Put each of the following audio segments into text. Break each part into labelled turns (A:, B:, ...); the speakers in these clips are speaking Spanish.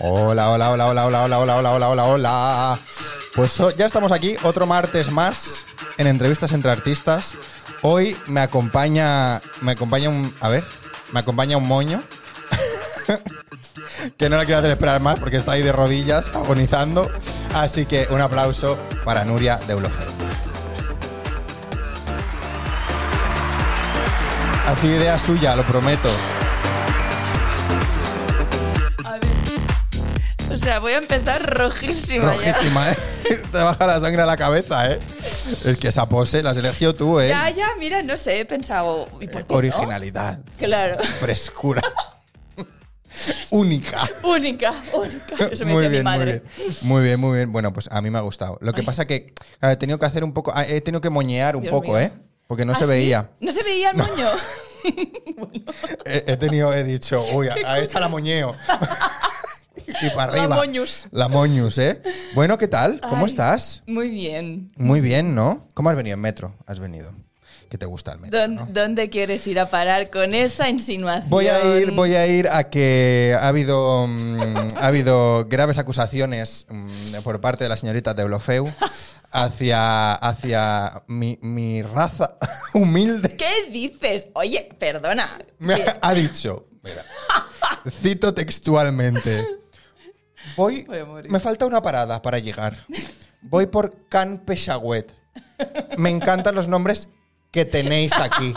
A: Hola, hola, hola, hola, hola, hola, hola, hola, hola, hola, hola. Pues oh, ya estamos aquí otro martes más en entrevistas entre artistas. Hoy me acompaña, me acompaña un, a ver, me acompaña un moño que no la quiero hacer esperar más porque está ahí de rodillas agonizando. Así que un aplauso para Nuria de Eulofer. Ha sido idea suya, lo prometo.
B: A ver. O sea, voy a empezar rojísima,
A: Rojísima, ¿eh? Te baja la sangre a la cabeza, ¿eh? Es que esa pose la has elegido tú, ¿eh?
B: ya. Ya, ya, mira, no sé, he pensado. ¿y por qué no?
A: Originalidad,
B: Claro.
A: frescura, única.
B: Única, única. Eso me dice mi madre.
A: Muy bien, muy bien, muy bien. Bueno, pues a mí me ha gustado. Lo que pasa que claro, he tenido que hacer un poco, ah, he tenido que moñear un
B: Dios
A: poco,
B: mío.
A: ¿eh? Porque no
B: ¿Ah,
A: se
B: sí?
A: veía.
B: No se veía el moño.
A: He, he tenido, he dicho, uy, a, a esta la moñeo. y para
B: La
A: arriba.
B: moñus.
A: La moñus, ¿eh? Bueno, ¿qué tal? ¿Cómo
B: Ay.
A: estás?
B: Muy bien.
A: Muy bien, ¿no? ¿Cómo has venido en metro? Has venido. Que te gusta el metro.
B: ¿Dó-
A: ¿no?
B: ¿Dónde quieres ir a parar con esa insinuación?
A: Voy a ir, voy a ir a que ha habido, mm, ha habido graves acusaciones mm, por parte de la señorita de Blofeu hacia, hacia mi, mi raza humilde.
B: ¿Qué dices? Oye, perdona.
A: Me ha, ha dicho, mira, cito textualmente. Voy,
B: Voy a morir.
A: me falta una parada para llegar. Voy por Can Peshawet. Me encantan los nombres que tenéis aquí.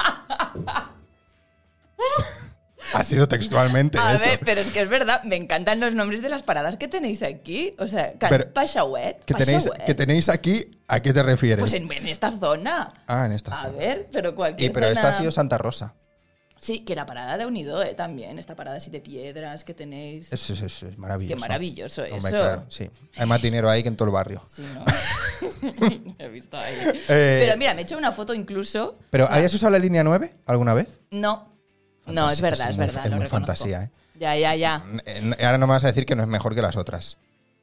A: Ha sido textualmente
B: A
A: eso.
B: ver, pero es que es verdad, me encantan los nombres de las paradas que tenéis aquí. O sea, Can-
A: Pero-
B: Pashawet.
A: que tenéis,
B: Pashawet.
A: que tenéis aquí, ¿a qué te refieres?
B: Pues en, en esta zona.
A: ah, en esta
B: A
A: zona.
B: ver, pero
A: Y,
B: cualquier
A: pero esta
B: zona-
A: ha sido Santa Rosa.
B: Sí, que la parada de Unido eh, también, esta parada así de piedras que tenéis.
A: Eso, eso, eso es maravilloso.
B: Qué maravilloso
A: Hombre,
B: eso.
A: claro, sí. Hay más dinero ahí que en todo el barrio.
B: Sí, ¿no? He visto ahí.
A: Eh,
B: Pero mira, me he hecho una foto incluso.
A: ¿Pero habías usado la línea 9 alguna vez?
B: No. No,
A: Fantasía,
B: es verdad,
A: es
B: es
A: muy-
B: verdad.
A: es
B: lo
A: muy
B: reconozco.
A: fantasía, ¿eh?
B: Ya, ya, ya.
A: N- n- Ahora no me vas a decir que no es mejor que las otras.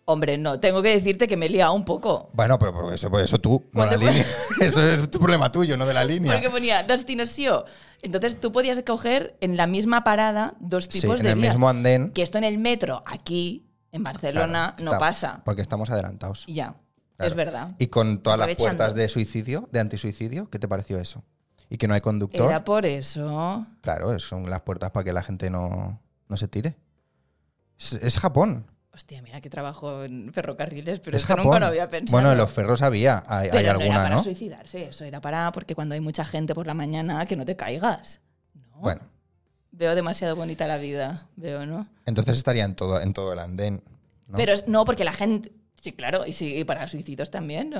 B: Hombre, no, tengo que decirte que me he liado un poco.
A: Bueno, pero por eso, por eso tú, no la
B: ¿Cuándo fue?
A: línea. Eso es tu problema tuyo, no de la línea.
B: Porque ponía destinación. Entonces tú podías escoger en la misma parada dos
A: Sí,
B: tipos
A: en
B: de
A: el
B: vías.
A: mismo andén.
B: Que esto en el metro, aquí, en Barcelona,
A: Claro,
B: no
A: está-
B: pasa.
A: Porque estamos adelantados.
B: Ya,
A: Claro.
B: es verdad.
A: Y con todas las
B: Aprovechando.
A: puertas de suicidio, de antisuicidio, ¿qué te pareció eso? Y que no hay conductor.
B: Era por eso.
A: Claro, son las puertas para que la gente no, no se tire. Es, es Japón.
B: Hostia, mira que trabajo en ferrocarriles, pero
A: es
B: es que
A: Japón.
B: nunca lo había pensado.
A: Bueno, en los ferros había. Hay,
B: Pero
A: hay
B: no era
A: alguna,
B: para
A: ¿no?
B: suicidarse, eso era para porque cuando hay mucha gente por la mañana que no te caigas. No.
A: Bueno,
B: Veo demasiado bonita la vida, veo, ¿no?
A: entonces estaría en todo, en todo el andén. ¿no?
B: Pero es- no, porque la gente. Sí, claro, y sí, y para suicidios también, ¿no?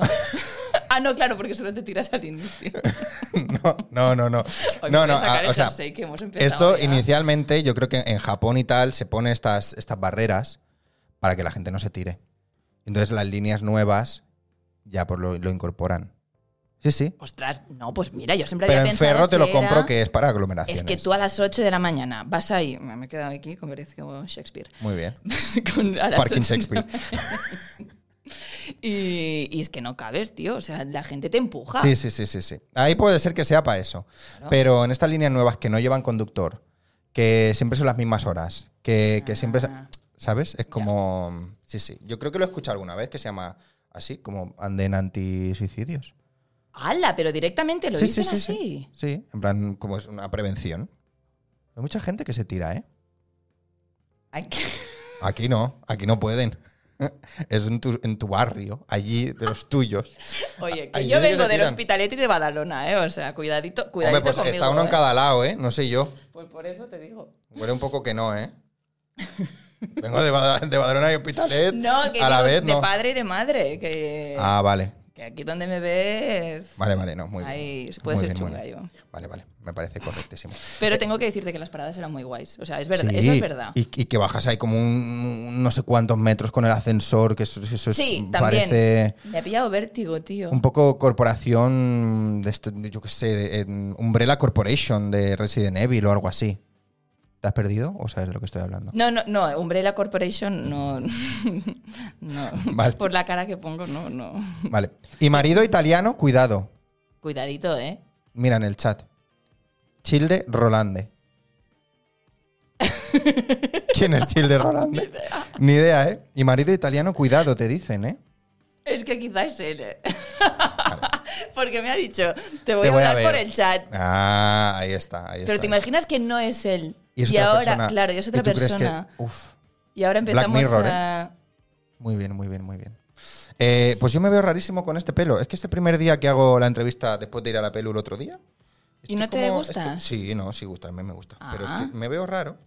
B: ah, no, claro, porque solo te tiras al inicio.
A: no, no, no. No,
B: Hoy
A: no,
B: me voy a
A: no,
B: sacar
A: ah,
B: el
A: o sea,
B: jersey que hemos empezado
A: esto
B: ya.
A: inicialmente yo creo que en Japón y tal se pone estas, estas barreras para que la gente no se tire. Entonces las líneas nuevas ya por lo, lo incorporan. Sí, sí.
B: Ostras, no, pues mira, yo siempre
A: Pero
B: había
A: en
B: pensado
A: ferro te lo
B: que
A: compro
B: era-
A: que es para aglomeraciones.
B: Es que tú a las 8 de la mañana vas ahí. Me he quedado aquí, como pareció Shakespeare.
A: Muy bien.
B: Con- a las
A: Parking
B: ocho,
A: Shakespeare.
B: Y, y es que no cabes, tío. O sea, la gente te empuja.
A: Sí, sí, sí, sí, sí. Ahí puede ser que sea para eso.
B: Claro.
A: Pero en estas líneas nuevas que no llevan conductor, que siempre son las mismas horas, que, que siempre...
B: Ah.
A: ¿Sabes? Es como... Sí, sí. Yo creo que lo he escuchado alguna vez, que se llama así, como andén anti-suicidios.
B: ¡Hala! Pero directamente lo
A: sí,
B: dicen
A: sí, sí,
B: así.
A: sí. Sí, en plan, como es una prevención. Hay mucha gente que se tira, ¿eh?
B: Ay, qué-
A: Aquí no, aquí no pueden. Es en tu, en tu barrio, allí, de los tuyos.
B: Oye, que
A: Ay, yo
B: yo
A: sé que
B: vengo
A: se
B: del
A: tiran.
B: Hospitalet y de Badalona, ¿eh? O sea, cuidadito, cuidadito
A: Hombre, pues
B: conmigo.
A: está uno en
B: ¿eh?
A: cada lado, ¿eh? No sé yo.
B: Pues por eso te digo.
A: Huele un poco que no, ¿eh? Vengo de, Bada- de Badalona y Hospitalet.
B: No, que
A: a la
B: digo
A: vez
B: de
A: no.
B: padre y de madre. Que,
A: Ah, vale.
B: que aquí donde me ves.
A: Vale, vale, no, muy bien.
B: Ahí se puede
A: Muy
B: ser
A: bien, muy
B: chunga
A: bien.
B: yo.
A: Vale, vale, me parece correctísimo.
B: Pero tengo que decirte que las paradas eran muy guays. O sea, es verdad,
A: Sí,
B: eso es verdad.
A: Y, y que bajas ahí como un, un no sé cuántos metros con el ascensor, que eso, eso es-
B: Sí, también.
A: parece
B: Me ha pillado vértigo, tío.
A: un poco corporación, de este- yo qué sé, de- en Umbrella Corporation de Resident Evil o algo así. ¿Te has perdido o sabes de lo que estoy hablando?
B: No, no, no, Umbrella Corporation no. no.
A: Vale.
B: Por la cara que pongo, no, no.
A: Vale. Y marido italiano, cuidado.
B: Cuidadito, ¿eh?
A: Mira en el chat. Childe Rolande. ¿Quién es Childe Roland? Ni idea. ¿eh? Y marido italiano, cuidado, te dicen, ¿eh?
B: Es que quizás es él. ¿eh? Porque me ha dicho, te voy
A: Te
B: a
A: voy a
B: hablar por
A: ver.
B: el chat.
A: Ah, ahí está, ahí está.
B: Pero te
A: ahí está.
B: imaginas que no es él.
A: Y es otra
B: ahora,
A: persona.
B: claro, y es
A: ¿Y
B: otra
A: tú crees que-
B: persona.
A: uf,
B: Y ahora empezamos
A: Mirror, ¿eh?
B: a.
A: muy bien, muy bien, muy bien. Eh, pues yo me veo rarísimo con este pelo. Es que este primer día que hago la entrevista después de ir a la pelu el otro día.
B: ¿Y
A: estoy
B: no te
A: como-
B: gusta?
A: estoy- sí, no, sí gusta, a mí me gusta. Pero
B: Ah.
A: estoy- me veo raro.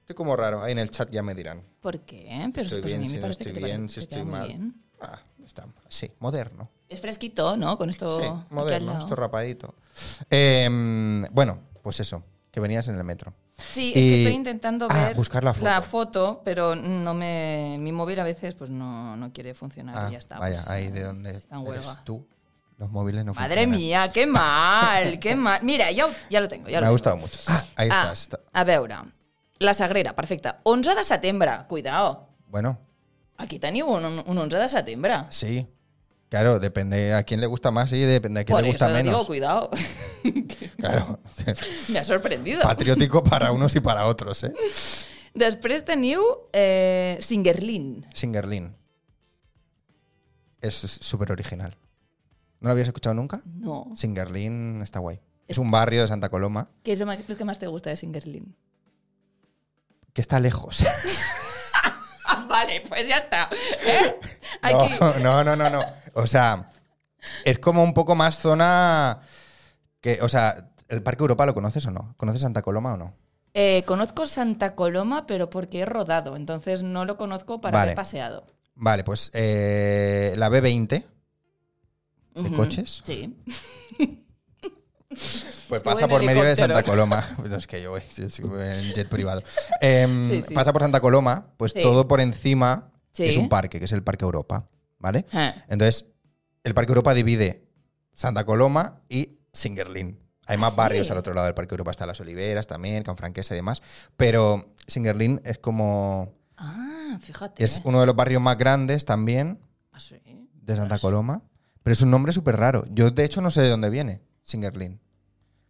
A: Estoy como raro. Ahí en el chat ya me dirán.
B: ¿Por qué? Pero
A: estoy
B: pues a
A: bien,
B: mí
A: si
B: me
A: no
B: parece
A: estoy
B: que te
A: bien,
B: parece-
A: si
B: te
A: estoy
B: queda muy
A: mal.
B: bien.
A: Ah, está, sí, moderno.
B: Es fresquito, ¿no? Con esto. aquí
A: Sí,
B: al
A: moderno,
B: lado.
A: esto rapadito. Em, bueno, pues eso, que venías en el metro.
B: Sí, es que
A: Y-
B: estoy intentando
A: ah,
B: ver
A: buscar la foto.
B: foto, pero no me. Mi móvil a veces pues no, no quiere funcionar
A: Ah,
B: y ya está.
A: vaya,
B: pues,
A: ahí
B: eh,
A: de donde
B: está en
A: eres
B: huelga.
A: tú, los móviles no
B: Madre
A: funcionan.
B: mía, qué mal, qué mal. Mira, ja, ho- ja lo tengo. Ja
A: Me
B: lo
A: ha
B: tengo.
A: gustado mucho. Ah, ahí
B: Ah,
A: estás. está.
B: a veure, la Sagrera, perfecte. 11 de setembre, cuidao.
A: Bueno,
B: Aquí teniu un, un 11 de setembre.
A: sí. Claro, depende a quién le gusta más y depende a quién
B: Por
A: le gusta
B: eso digo,
A: menos.
B: cuidado.
A: claro.
B: Me ha sorprendido.
A: Patriótico para unos y para otros, ¿eh?
B: Després teniu eh, Singerlin.
A: Singerlin. Es súper original. ¿No lo habías escuchado nunca?
B: No.
A: Singerlin está guay. Es
B: Es-
A: un barrio de Santa Coloma
B: ¿Qué es lo, ma- lo que más te gusta de Singerlin?
A: que está lejos.
B: Ah, vale, pues ya está. ¿Eh?
A: No,
B: Aquí.
A: no, no, no, no. O sea, es como un poco más zona que, o sea, ¿el Parque Europa lo conoces o no? ¿Conoces Santa Coloma o no?
B: Eh, conozco Santa Coloma, pero porque he rodado, entonces no lo conozco para
A: Vale.
B: haber paseado.
A: Vale, pues eh, la B20, ¿De
B: Ujú.
A: coches?
B: Sí.
A: pues
B: Estuve
A: pasa
B: en
A: por medio de
B: helicóptero.
A: Santa Coloma. No, es que yo voy sí, sí, voy en jet privado. Em,
B: Sí, sí.
A: Pasa por Santa Coloma, pues
B: Sí.
A: todo por encima
B: Sí.
A: es un parque, que es el Parque Europa, ¿vale?
B: Ah.
A: Entonces, el Parque Europa divide Santa Coloma y Singerlin. Hay más
B: ¿Ah, sí?
A: barrios al otro lado del Parque Europa, está Las Oliveras también, Canfranquesa y demás. Pero Singerlin es como.
B: Ah, fíjate.
A: Es uno de los barrios más grandes también
B: Ah, sí.
A: de Santa Coloma. Pero es un nombre súper raro. Yo, de hecho, no sé de dónde viene Singerlin.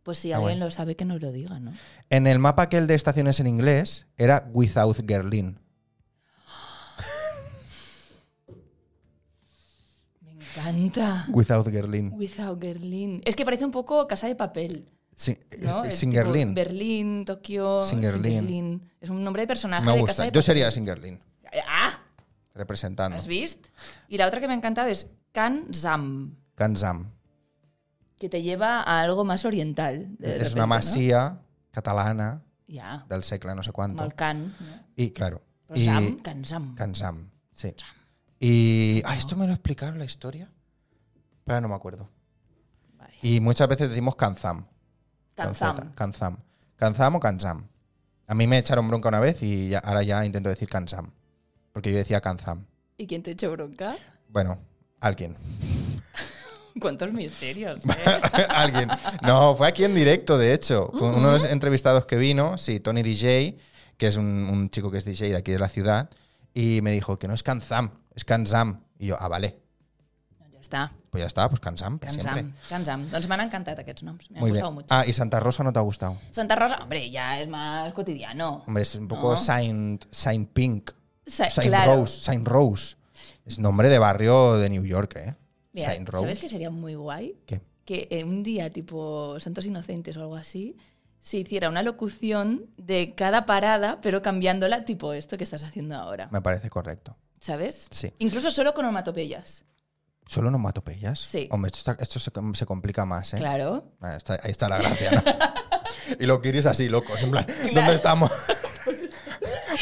B: Pues si
A: Ah,
B: alguien lo sabe, que nos lo diga, ¿no?
A: En el mapa aquel de estaciones en inglés era Without Gerlin.
B: Me encanta.
A: Without Gerlin.
B: Without Berlin. Es que parece un poco casa de papel,
A: Sí,
B: ¿no?
A: eh,
B: Es
A: Singerlin.
B: tipo Berlín, Tokio.
A: Singerlin.
B: Singerlin. Es un nombre de personaje
A: Me
B: de casa
A: gusta.
B: de
A: Yo
B: papel.
A: sería Singerlin,
B: Ah,
A: representando.
B: ¿has visto? Y la otra que me ha encantado es Kanzam,
A: Kanzam.
B: que te lleva a algo más oriental. de
A: Es
B: repente,
A: una
B: ¿no?
A: masía catalana
B: Ja,
A: del segle no sé
B: amb
A: cuánto.
B: el Can. no?
A: Y claro.
B: Però
A: Y
B: Zam, Kanzam.
A: Kansam, sí. Y ay, esto me lo explicaron la historia. Pero no me acuerdo.
B: Vale.
A: Y muchas veces decimos Kanzam. con Z,
B: Kanzam.
A: Kanzam. Kanzam o Kansam. A mí me echaron bronca una vez y ya- ahora ya intento decir Kansam. Porque yo decía Kanzam.
B: ¿Y quién te echó bronca?
A: Bueno, alguien.
B: Cuántos misterios, eh?
A: Alguien. No, fue aquí en directo, de hecho. Fue uno de los entrevistados que vino, sí, Tony DJ, que es un, un chico que es DJ de aquí de la ciudad, y me dijo que no es Kanzam, es Kanzam. Y yo, ah, vale,
B: Doncs ja està.
A: pues ya está, pues Kanzam, para siempre.
B: Cansam, cansam. Doncs m'han encantat aquests noms. M'han
A: Muy bien.
B: gustat mucho.
A: Ah, y Santa Rosa no te ha gustado.
B: Santa Rosa, hombre, ya es más cotidiano.
A: Hombre, es un poco
B: No.
A: Saint, Saint Pink,
B: Sa-
A: Saint
B: claro.
A: Rose, Saint Rose. Es nombre de barrio de New York, ¿eh?
B: Mira,
A: Saint Rose.
B: ¿sabes que sería muy guay?
A: ¿Qué?
B: Que eh, un día, tipo Santos Inocentes o algo así, se hiciera una locución de cada parada, pero cambiándola, tipo esto que estás haciendo ahora.
A: Me parece correcto.
B: ¿Sabes?
A: Sí.
B: Incluso solo con onomatopeyas.
A: ¿Solo onomatopeyas?
B: Sí.
A: Hombre, esto, está- esto se, se complica más, ¿eh?
B: Claro.
A: Ah, está- ahí está la gracia, ¿no? y los kiris así, locos, en plan, ¿dónde
B: Claro.
A: estamos?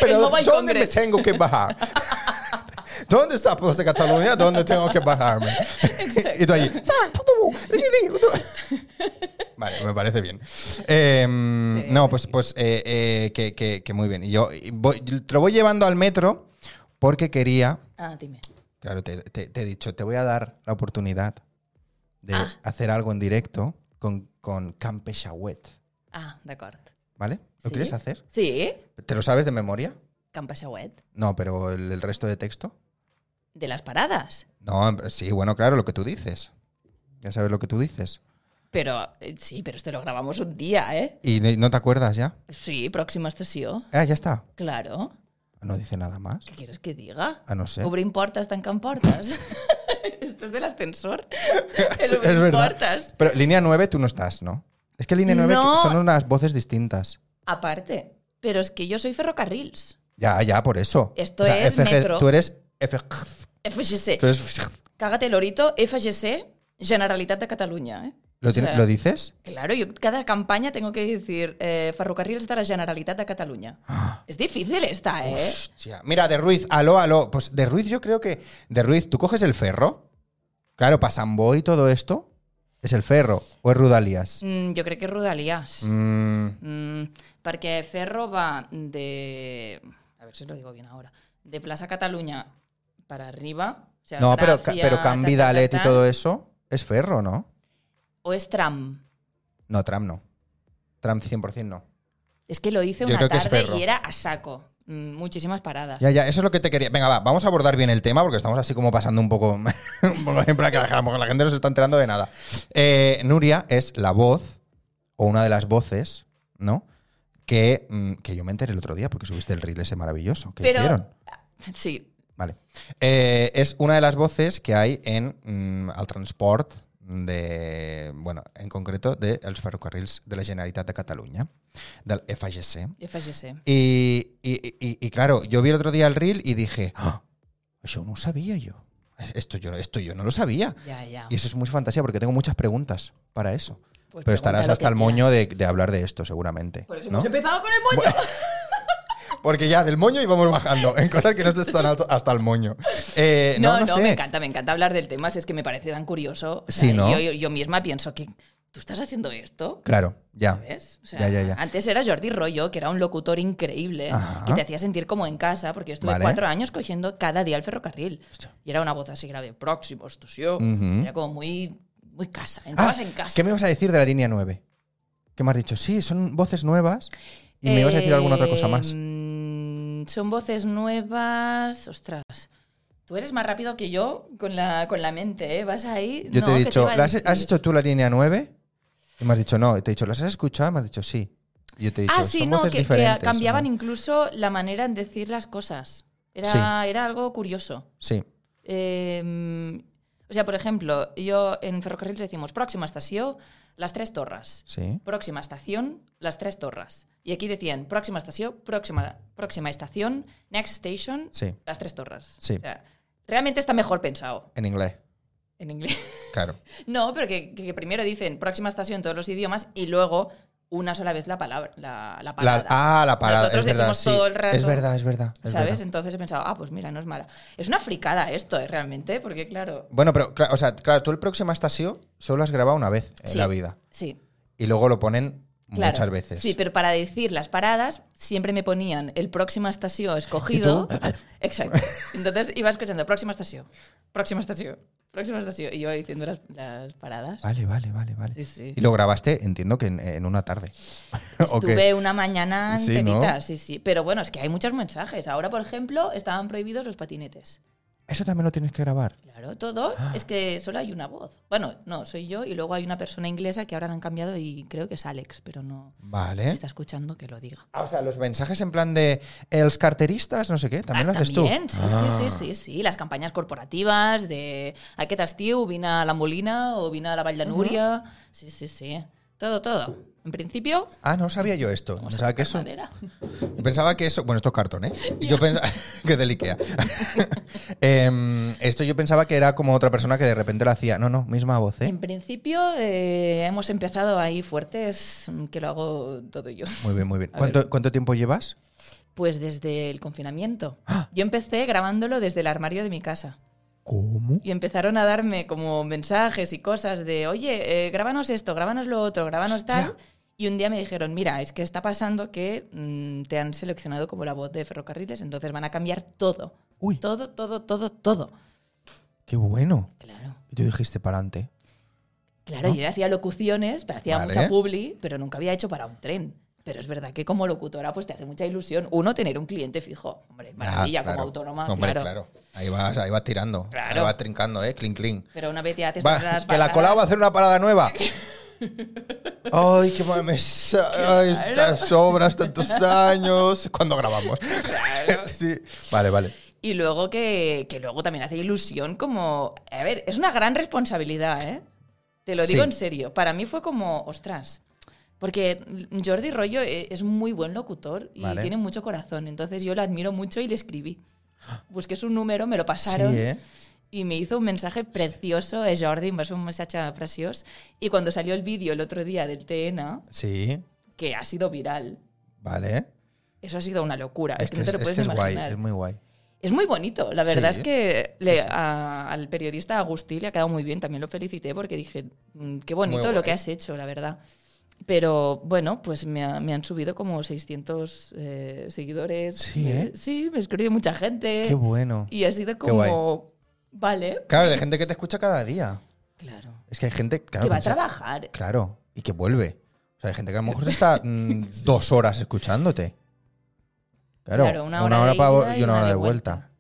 A: Pero,
B: El Mobile
A: ¿dónde
B: Congress.
A: me tengo que bajar? ¿Dónde está Plaza Cataluña? ¿Dónde tengo que bajarme? y tú allí, "Sal, pu, pu, pu, di, di, di". Vale, me parece bien. Eh,
B: Sí,
A: no, pues, pues eh, eh, que, que- que muy bien. Y Yo y voy- te lo voy llevando al metro porque quería,
B: Ah, dime.
A: claro, te, te- te he dicho, te voy a dar la oportunidad de
B: Ah.
A: hacer algo en directo con, con Campe Shawet,
B: Ah, d'acord.
A: ¿vale? ¿Lo
B: Sí.
A: quieres hacer?
B: Sí,
A: ¿Te lo sabes de memoria?
B: Campa Xauet,
A: No, pero el, el resto de texto.
B: de las paradas.
A: No, em- sí, bueno, claro, lo que tú dices. Ya sabes lo que tú dices.
B: Pero eh, sí, pero esto lo grabamos un día, ¿eh?
A: ¿Y no- no te acuerdas ya?
B: Sí, próxima estación.
A: Ah, ya está.
B: Claro.
A: No dice nada más.
B: ¿Qué quieres que diga?
A: Ah, no sé.
B: Obre importas, tancan portas. esto es del ascensor.
A: Es, es
B: El obre
A: verdad.
B: importas.
A: Pero línea 9 tú no estás, ¿no? Es que línea 9
B: No.
A: son unas voces distintas.
B: Aparte, pero es que yo soy ferrocarrils.
A: Ya, ya, por eso.
B: Esto es metro.
A: Tú eres FG.
B: FGC.
A: Tú eres-
B: Cágate el orito, FGC, Generalitat de Cataluña. ¿eh?
A: ¿Lo,
B: O
A: tienes-
B: sea,
A: ¿Lo dices?
B: Claro, yo cada campaña tengo que decir eh, ferrocarriles de la Generalitat de Cataluña. Es difícil esta, Ah, ¿eh?
A: Hostia. Mira, de Ruiz, aló, aló. Pues de Ruiz yo creo que... De Ruiz, ¿tú coges el ferro? Claro, para Sambo y todo esto, ¿es el ferro o es Rudalías?
B: Mm, jo crec que és Rodalies.
A: Mm,
B: Mm, porque Ferro va de. A ver si lo digo bien ahora. De Plaza Cataluña para arriba. o sea,
A: No, pero, ca-
B: Gracia,
A: pero Cambi,
B: ta, ta, ta,
A: Dalet y
B: ta,
A: todo eso es ferro, ¿no?
B: O es tram.
A: No, Tram no. Tram 100% no.
B: Es que lo hice
A: Yo
B: una
A: creo que es
B: tarde
A: Ferro.
B: y era a saco. Mm, muchísimas paradas.
A: Ya, ya, eso es lo que te quería. Venga, va, vamos a abordar bien el tema porque estamos así como pasando un poco. un poco en plan que la, a lo mejor la gente no se está enterando de nada. Eh, Nuria es la voz o una de las voces, ¿no? Que, mm, que yo me enteré el otro día porque subiste el reel ese maravilloso que
B: Pero-
A: hicieron.
B: Sí.
A: Vale. Eh, es una de las voces que hay en mm, el transport de, bueno, en concreto de els ferrocarrils de la Generalitat de Catalunya, del FGC.
B: FGC.
A: Y, y- y- y claro, yo vi el otro día el reel y dije, "Ah, yo no sabía yo. Es- Esto yo, esto yo no lo sabía.
B: Ya, ya.
A: Y eso es muy fantasía porque tengo muchas preguntas para eso.
B: Ah. Pues
A: Pero estarás
B: pregunta lo
A: hasta
B: que
A: el moño de, de hablar de esto, seguramente.
B: Por eso
A: ¿no?
B: hemos empezado con el moño.
A: Porque ya del moño íbamos bajando en cosas que no están alto- hasta el moño. Eh, no, no, sé.
B: me encanta, me encanta hablar del tema, si es que me parece tan curioso. O sea,
A: Sí, ¿no?
B: yo, yo- yo misma pienso que tú estás haciendo esto.
A: Claro, ya.
B: ¿Ves? O sea,
A: Ya, ya, ya.
B: Antes era Jordi Rollo, que era un locutor increíble,
A: Ajá.
B: que te hacía sentir como en casa, porque yo estuve
A: Vale.
B: cuatro años cogiendo cada día el ferrocarril.
A: Hostia.
B: Y era una voz así grave, próximo, esto sí, yo.
A: Ujú.
B: Era como muy, muy casa,
A: Ah,
B: entrabas en casa.
A: ¿Qué me ibas a decir de la línea 9? ¿Qué me has dicho? Sí, son voces nuevas. Y me ibas a decir alguna otra cosa más.
B: Mm, Son voces nuevas. Ostras. Tú eres más rápido que yo con la, con la mente, ¿eh? Vas ahí.
A: Yo
B: No,
A: te he
B: ¿qué
A: dicho,
B: iba a
A: "¿La has,
B: decir?
A: has hecho tú la línea 9? Y me has dicho, no. Y te he dicho, ¿las has escuchado? Y me has dicho, sí. Y yo te he dicho,
B: Ah, sí,
A: son
B: no,
A: voces
B: que- que,
A: diferentes.
B: cambiaban
A: ¿no?
B: incluso la manera en decir las cosas. Era,
A: Sí.
B: era algo curioso.
A: Sí.
B: Eh, o sea, por ejemplo, yo en Ferrocarril decimos próxima estación, las tres torres.
A: Sí.
B: Próxima estación, las tres torres. Y aquí decían próxima estación, próxima, próxima estación, next station,
A: Sí.
B: las tres torres.
A: Sí.
B: O sea, realmente está mejor pensado
A: En inglés.
B: en inglés.
A: Claro.
B: no, pero que, que primero dicen próxima estación todos los idiomas y luego una sola vez la palabra. La, la
A: La-
B: parada.
A: ah, la parada.
B: Nosotros
A: es verdad.
B: decimos
A: sí.
B: todo el rato.
A: Es verdad, es verdad. es
B: ¿Sabes?
A: verdad.
B: Entonces he pensado, ah, pues mira, no es mala. Es una fricada esto, eh, realmente, porque claro.
A: Bueno, pero, cla- o sea, claro, tú el próximo estación solo has grabado una vez en
B: Sí.
A: la vida.
B: Sí.
A: Y luego lo ponen
B: Claro.
A: muchas veces.
B: Sí, pero para decir las paradas siempre me ponían el próxima estación escogido. Exacto. Entonces iba escuchando próxima estación, próxima estación, próxima estación. Y yo diciendo las, las paradas.
A: Vale, vale, vale, vale.
B: Sí, sí.
A: Y lo grabaste, entiendo que en, en una tarde. ¿O qué?
B: Estuve una mañana
A: Sí, ¿no?
B: enterita, sí, sí. Pero bueno, es que hay muchos mensajes. Ahora, por ejemplo, estaban prohibidos los patinetes.
A: Eso también lo tienes que grabar.
B: Claro, todo
A: Ah.
B: es que solo hay una voz. Bueno, no, soy yo y luego hay una persona inglesa que ahora la han cambiado y creo que es Alex, pero no.
A: ¿Eh?
B: Si
A: Vale.
B: está escuchando, que lo diga.
A: Ah, o sea, los mensajes en plan de los carteristas, no sé qué, también
B: Ah,
A: lo haces
B: también,
A: tú. Ah.
B: Sí, sí, sí, sí, sí. Las campañas corporativas de aquest estiu vine a la Molina o vine a la Vall de Núria. Sí, sí, sí. Todo, todo. En principio,
A: Ah, no sabía yo esto.
B: vamos
A: Pensaba
B: a
A: que,
B: tocar
A: eso,
B: madera.
A: pensaba que eso. Bueno, esto es cartón, ¿eh? Yo pensaba que del Ikea. Em, esto yo pensaba que era como otra persona que de repente lo hacía. No, no, misma voz, ¿eh?
B: En principio eh, hemos empezado ahí fuertes, mm, que lo hago todo yo.
A: Muy bien, muy bien.
B: A
A: ¿Cuánto, cuánto tiempo llevas?
B: Pues desde el confinamiento.
A: ¡Ah!
B: Yo empecé grabándolo desde el armario de mi casa.
A: ¿Cómo?
B: Y empezaron a darme como mensajes y cosas de, oye, eh, grábanos esto, grábanos lo otro, grábanos
A: Hostia.
B: tal. Y un día me dijeron, mira, es que está pasando que mm, te han seleccionado como la voz de ferrocarriles, entonces van a cambiar todo.
A: Uy,
B: Todo, todo, todo, todo.
A: qué bueno.
B: Claro.
A: Y tú dijiste para adelante.
B: Claro, yo hacía locuciones, pero hacía
A: Vale.
B: mucha publi, pero nunca había hecho para un tren. Pero es verdad que como locutora pues te hace mucha ilusión. Uno, tener un cliente fijo. Hombre, maravilla, como autónoma,
A: Ah, Hombre,
B: claro.
A: claro. Ahí vas, ahí vas tirando.
B: Claro.
A: Ahí vas trincando, ¿eh? Clink, clink.
B: Pero una vez ya haces
A: Va,
B: todas las
A: que la
B: paradas-
A: Colau va a hacer una parada nueva. Ay, qué mal me sa- ay, estas obras, tantos años. ¿Cuándo grabamos? Sí. Vale, vale.
B: Y luego que, que luego también hace ilusión como... A ver, es una gran responsabilidad, ¿eh? Te lo digo
A: Sí.
B: en serio. Para mí fue como, ostras, porque Jordi Rollo eh, es muy buen locutor y
A: Vale.
B: tiene mucho corazón. Entonces yo lo admiro mucho y le escribí. Busqué su número, me lo pasaron.
A: Ah. Sí, ¿eh?
B: Y me hizo un mensaje precioso de Jordi, me hizo un mensaje precioso. Y cuando salió el vídeo el otro día del TN,
A: Sí,
B: que ha sido viral,
A: vale.
B: eso ha sido una locura. Es,
A: Es
B: que,
A: que
B: no
A: es,
B: te lo
A: es
B: puedes
A: que es guay,
B: imaginar.
A: es muy guay.
B: Es muy bonito. La verdad
A: Sí.
B: es que le- a- al periodista Agustí le ha quedado muy bien. También lo felicité porque dije, "Mm, qué bonito
A: Muy
B: lo
A: guay.
B: que has hecho, la verdad. Pero bueno, pues me, ha- me han subido como 600 eh, seguidores.
A: Sí,
B: Me-
A: ¿eh?
B: Sí, me escribe mucha gente.
A: Qué bueno.
B: Eh, Y ha sido
A: Qué guay.
B: como, vale,
A: Claro, de gente que te escucha cada día.
B: claro.
A: Es que hay gente claro,
B: que va a
A: piensa-
B: trabajar.
A: Claro, y que vuelve. O sea, hay gente que a lo mejor se está mm, dos horas escuchándote. Claro,
B: Claro,
A: una hora, para
B: ida
A: vo- y una hora de vuelta.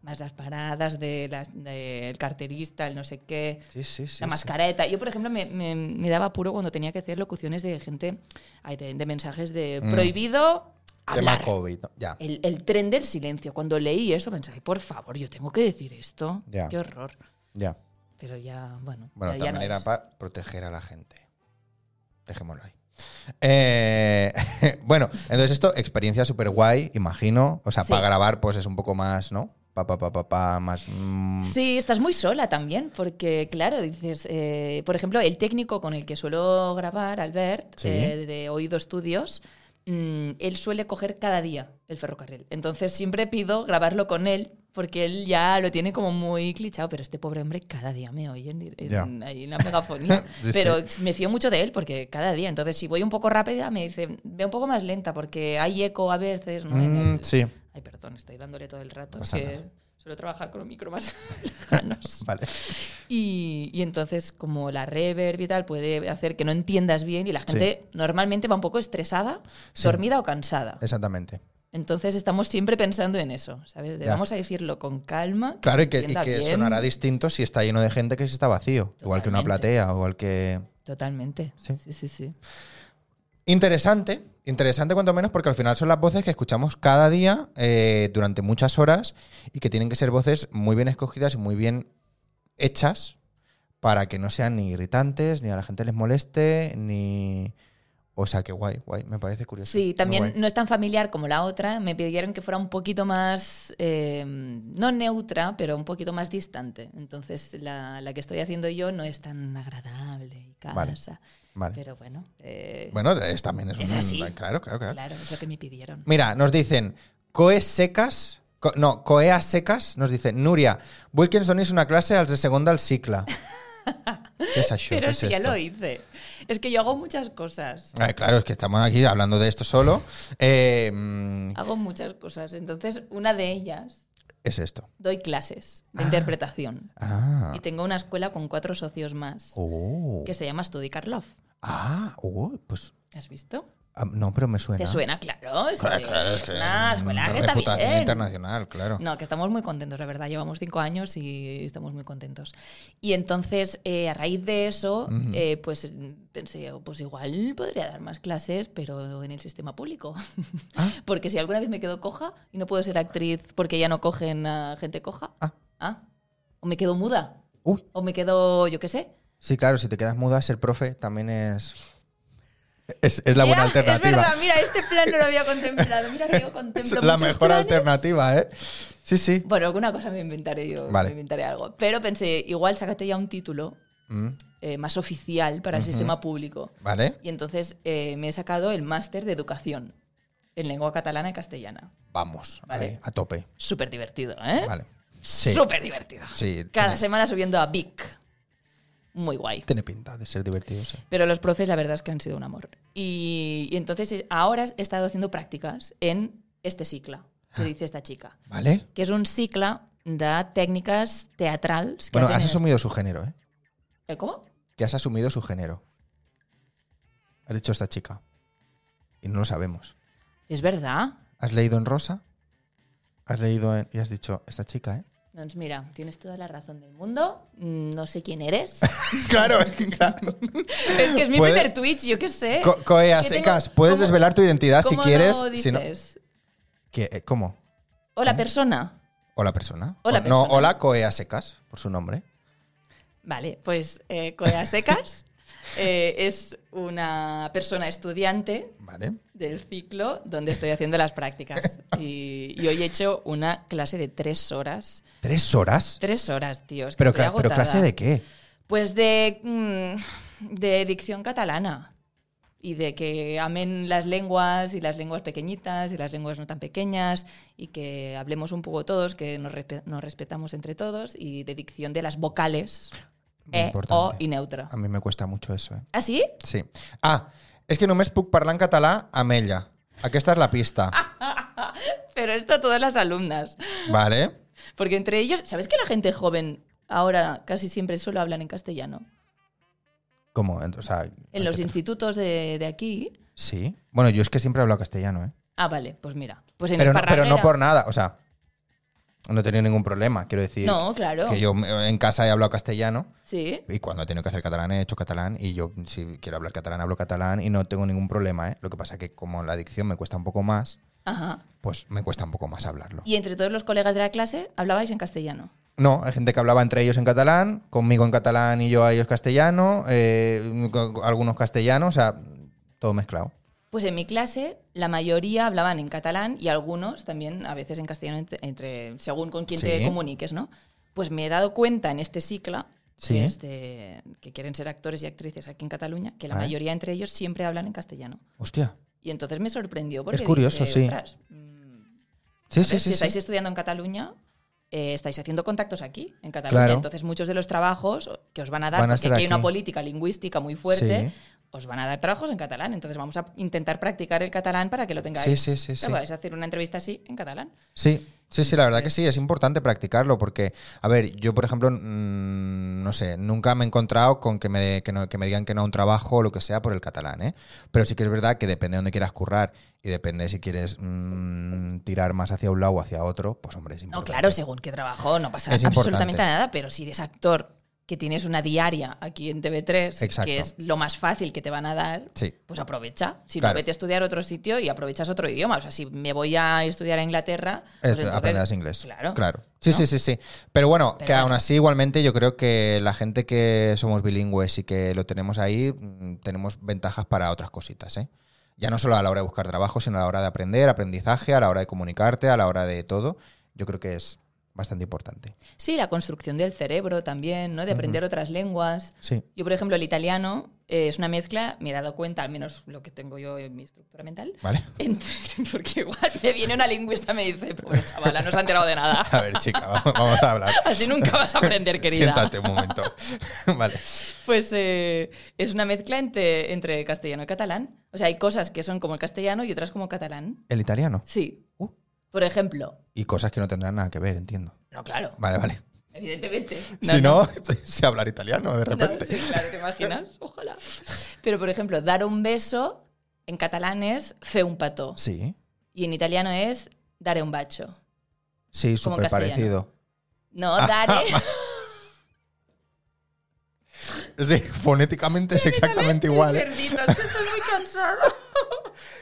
B: Más las paradas del carterista, el no sé qué.
A: Sí, sí, sí.
B: la
A: sí.
B: mascareta. Yo, por ejemplo, me, me- me daba apuro cuando tenía que hacer locuciones de gente, ay, de, de mensajes de
A: Mm.
B: prohibido
A: Tema
B: hablar. Eh,
A: COVID. no, ya.
B: El, el tren del silencio. Cuando leí eso pensé, "Ay, por favor, yo tengo que decir esto.
A: Ya.
B: Qué horror.
A: Ya.
B: Pero ya, bueno.
A: Bueno,
B: ya
A: de
B: no
A: manera
B: es.
A: para proteger a la gente. Dejémoslo ahí. Eh, bueno, entonces esto, experiencia súper guay, imagino. O sea,
B: Sí.
A: para grabar, pues es un poco más, ¿no? Pa, pa, pa, pa, pa, más. mm,
B: Sí, estás muy sola también, porque claro, dices, eh, por ejemplo, el técnico con el que suelo grabar, Albert,
A: Sí.
B: eh, de Oído Estudios, mm, él suele coger cada día el ferrocarril. Entonces siempre pido grabarlo con él, porque él ya lo tiene como muy clichado, pero este pobre hombre cada día me oye en, dir- en-
A: Ya.
B: ahí en la megafonía.
A: Sí,
B: pero me fío mucho de él, porque cada día, entonces si voy un poco rápida, me dice, ve un poco más lenta, porque hay eco a veces, ¿no? En
A: mm,
B: el-
A: sí.
B: Ay, perdón, estoy dándole todo el rato.
A: No
B: es
A: pasa
B: que
A: nada.
B: suelo trabajar con los micro más lejanos.
A: Vale.
B: Y, y entonces, como la reverb y tal puede hacer que no entiendas bien y la gente normalmente va un poco estresada,
A: Sí.
B: dormida o cansada.
A: Exactamente.
B: Entonces estamos siempre pensando en eso, ¿sabes? De
A: Ya.
B: vamos a decirlo con calma. que
A: Claro,
B: se
A: y que, y
B: entienda
A: que
B: bien.
A: sonará distinto si está lleno de gente que si está vacío. Igual que una
B: Totalmente.
A: platea, igual que.
B: Totalmente.
A: Sí.
B: Sí, sí, sí.
A: Interesante, interesante cuanto menos porque al final son las voces que escuchamos cada día eh, durante muchas horas y que tienen que ser voces muy bien escogidas y muy bien hechas para que no sean ni irritantes, ni a la gente les moleste, ni... O sea, que guay, guay, me parece curioso.
B: Sí,
A: muy
B: también
A: guay.
B: no es tan familiar como la otra. Me pidieron que fuera un poquito más, eh, no neutra, pero un poquito más distante. Entonces, la, la que estoy haciendo yo no es tan agradable y casa.
A: Vale, Vale.
B: Pero bueno, eh,
A: Bueno, es, también es,
B: Es
A: un-
B: así.
A: Claro, claro, claro.
B: claro, es lo que me pidieron.
A: Mira, nos dicen coes secas. co- no, coeas secas nos dicen Nuria, Wilkinson es una clase al de segunda al cicla. ¿Qué es això? ¿Qué
B: Pero
A: es
B: si ya
A: esto?
B: lo hice. Es que yo hago muchas cosas.
A: Ah, claro, es que estamos aquí hablando de esto solo. Eh, mm,
B: Hago muchas cosas. Entonces, una de ellas,
A: es esto.
B: doy clases de interpretación.
A: Ah.
B: Y tengo una escuela con cuatro socios más
A: Oh.
B: que se llama Study Karlov.
A: Ah, oh, pues.
B: ¿Has visto?
A: ah, No, pero me suena.
B: ¿Te suena? Claro. Es,
A: Claro,
B: que
A: claro, es
B: es
A: que.
B: una escuela
A: mm,
B: que está
A: reputación
B: bien.
A: internacional, claro.
B: No, que estamos muy contentos, la verdad. Llevamos cinco años y estamos muy contentos. Y entonces, eh, a raíz de eso,
A: Ujú.
B: eh, pues pensé, oh, pues igual podría dar más clases, pero en el sistema público.
A: Ah.
B: porque si alguna vez me quedo coja y no puedo ser actriz porque ya no cogen a gente coja,
A: Ah.
B: ah, o me quedo muda,
A: Uy,
B: o me quedo, yo qué sé.
A: sí, claro, si te quedas muda, ser profe también es. Es, es la buena
B: Ya,
A: alternativa.
B: Ah, Es verdad, mira, este plan no lo había contemplado. Mira que yo
A: Es
B: contemplo
A: la
B: muchos
A: mejor
B: planes.
A: alternativa, ¿eh? Sí, sí.
B: Bueno, alguna cosa me inventaré yo,
A: Vale.
B: me inventaré algo. Pero pensé, igual sácate ya un título
A: Mm,
B: eh, más oficial para el sistema público.
A: Vale,
B: Y entonces eh, me he sacado el máster de educación en lengua catalana y castellana.
A: vamos,
B: Vale.
A: ahí, a tope.
B: Súper divertido, ¿eh?
A: Vale. Sí,
B: Súper divertido.
A: sí,
B: Cada
A: tiene,
B: semana subiendo a Vic. Muy guay.
A: tiene pinta de ser divertido, sí.
B: Pero los profes, la verdad es que han sido un amor. Y, y entonces eh, ahora he estado haciendo prácticas en este cicla
A: Ah.
B: que dice esta chica,
A: ¿Vale?
B: que es un cicla de técnicas teatrales. que
A: Bueno,
B: hacen
A: has
B: en
A: asumido su género, ¿eh?
B: este- ¿Cómo?
A: que has asumido su género. Has dicho esta chica. Y no lo sabemos.
B: Es verdad.
A: Has leído en rosa, has leído en... Y has dicho esta chica, ¿eh?
B: Doncs mira, tienes toda la razón del mundo. Mm, No sé quién eres.
A: claro, es que claro.
B: es que es mi
A: ¿Puedes?
B: primer Twitch, yo qué sé.
A: Co- Coea
B: Que tengo-
A: secas, puedes
B: ¿cómo-
A: desvelar tu identidad si
B: cómo
A: quieres.
B: lo
A: si no-
B: dices?
A: ¿Qué? Eh, ¿Cómo?
B: Hola, persona.
A: Hola persona.
B: Hola,
A: O- no,
B: persona.
A: hola Coea secas, por su nombre.
B: Vale, pues eh, Coea Secas eh, es una persona estudiante
A: Vale.
B: del ciclo donde estoy haciendo las prácticas. Y, y hoy he hecho una clase de tres horas.
A: ¿Tres horas?
B: Tres horas, tío. es que
A: Pero,
B: estoy
A: cla- pero
B: agotada.
A: clase de qué?
B: Pues de, mm, de dicción catalana. Y de que amen las lenguas y las lenguas pequeñitas y las lenguas no tan pequeñas y que hablemos un poco todos, que nos, respe- nos respetamos entre todos y de dicción de las vocales,
A: Muy
B: E, O
A: importante.
B: y neutra.
A: A mí me cuesta mucho eso, eh.
B: ¿Ah, sí?
A: Sí. Ah, és que només puc parlar en català amb ella. Aquesta és la pista.
B: Pero esto a todas las alumnas.
A: Vale?
B: Porque entre ellos, ¿sabes que la gente joven ahora casi siempre solo hablan en castellano?
A: Com? O sea,
B: En los institutos de, de aquí.
A: Sí. Bueno, yo es que siempre hablo castellano, ¿eh?
B: Ah, vale, pues mira. Pues en
A: Pero no, pero no
B: Esparraguera-
A: por nada, o sea, no he tenido ningún problema, quiero decir.
B: No, claro.
A: Que yo eh, en casa he hablado castellano
B: Sí.
A: y cuando he tenido que hacer catalán he hecho catalán y yo si quiero hablar catalán hablo catalán y no tengo ningún problema, ¿eh? Lo que pasa que como la adicción me cuesta un poco más,
B: Ajá.
A: pues me cuesta un poco más hablarlo.
B: Y entre todos los colegas de la clase hablabais en castellano.
A: No, hay gente que hablaba entre ellos en catalán, conmigo en catalán y yo a ellos castellano, eh, co- co- algunos castellanos, o sea, todo mezclado.
B: Pues en mi clase la mayoría hablaban en catalán y algunos también a veces en castellano entre, entre- según con quién te
A: Sí.
B: comuniques, ¿no? Pues me he dado cuenta en este ciclo
A: Sí.
B: que, es de- que quieren ser actores y actrices aquí en Cataluña que la
A: Vale.
B: mayoría entre ellos siempre hablan en castellano.
A: Hostia.
B: Y entonces me sorprendió
A: Es
B: porque
A: curioso,
B: dije,
A: sí.
B: "Ostras, mm,
A: Sí,
B: ¿Ves?
A: sí,
B: si
A: sí.
B: estáis
A: sí.
B: estudiando en Cataluña, eh, estáis haciendo contactos aquí, en Cataluña.
A: Claro.
B: Entonces, muchos de los trabajos que os van a dar,
A: Van a
B: porque
A: ser
B: aquí hay una
A: aquí.
B: política lingüística muy fuerte,
A: Sí.
B: os van a dar trabajos en catalán. Entonces, vamos a intentar practicar el catalán para que lo tengáis.
A: Sí, sí, sí, sí.
B: Claro, Vais a hacer una entrevista así en catalán.
A: Sí, sí, sí, la verdad que sí, es importante practicarlo porque, a ver, yo por ejemplo, mm, no sé, nunca me he encontrado con que me, que, no- que me digan que no a un trabajo o lo que sea por el catalán, ¿eh? Pero sí que es verdad que depende de dónde quieras currar y depende si quieres mm, tirar más hacia un lado o hacia otro, pues hombre, es
B: No,
A: importante.
B: claro, según qué trabajo, no pasa
A: Es
B: absolutamente
A: importante.
B: nada, pero si eres actor que tienes una diaria aquí en TV3,
A: Exacto.
B: que es lo más fácil que te van a dar,
A: Sí.
B: pues aprovecha. Si
A: Claro.
B: no, vete a estudiar a otro sitio y aprovechas otro idioma. O sea, si me voy a estudiar a Inglaterra, pues
A: Es-
B: entonces-
A: Este, aprenderás inglés.
B: Claro.
A: Sí,
B: ¿no?
A: sí, sí, sí. Pero bueno,
B: Pero
A: que aún
B: bueno.
A: así, igualmente, yo creo que la gente que somos bilingües y que lo tenemos ahí, mm, tenemos ventajas para otras cositas, ¿eh? Ya no solo a la hora de buscar trabajo, sino a la hora de aprender, aprendizaje, a la hora de comunicarte, a la hora de todo. Yo creo que es bastante importante.
B: Sí, la construcción del cerebro también, ¿no? De aprender otras lenguas.
A: Sí.
B: Yo, por ejemplo, el italiano eh, es una mezcla, me he dado cuenta, al menos lo que tengo yo en mi estructura mental,
A: ¿Vale?
B: entre- porque igual me viene una lingüista y me dice, pobre chavala, no se ha enterado de nada.
A: A ver, chica, vamos- vamos a hablar.
B: Así nunca vas a aprender, querida.
A: Siéntate un momento. vale.
B: Pues eh, es una mezcla entre, entre castellano y catalán. O sea, hay cosas que son como el castellano y otras como catalán.
A: El italiano.
B: Sí.
A: Uh,
B: Por ejemplo.
A: y cosas que no tendrán nada que ver, entiendo.
B: No, claro.
A: Vale, vale.
B: Evidentemente.
A: si no, sé hablar italiano de
B: No,
A: repente.
B: sí, claro, te imaginas. Ojalá. Pero, por ejemplo, dar un beso en catalán es fe un pato.
A: Sí.
B: Y en italiano es dare un bacho.
A: Sí,
B: Como
A: súper parecido.
B: castellano. No,
A: Ah,
B: dare.
A: Sí, fonéticamente es exactamente igual. ¿eh?
B: Perdito, es que estoy muy cansada.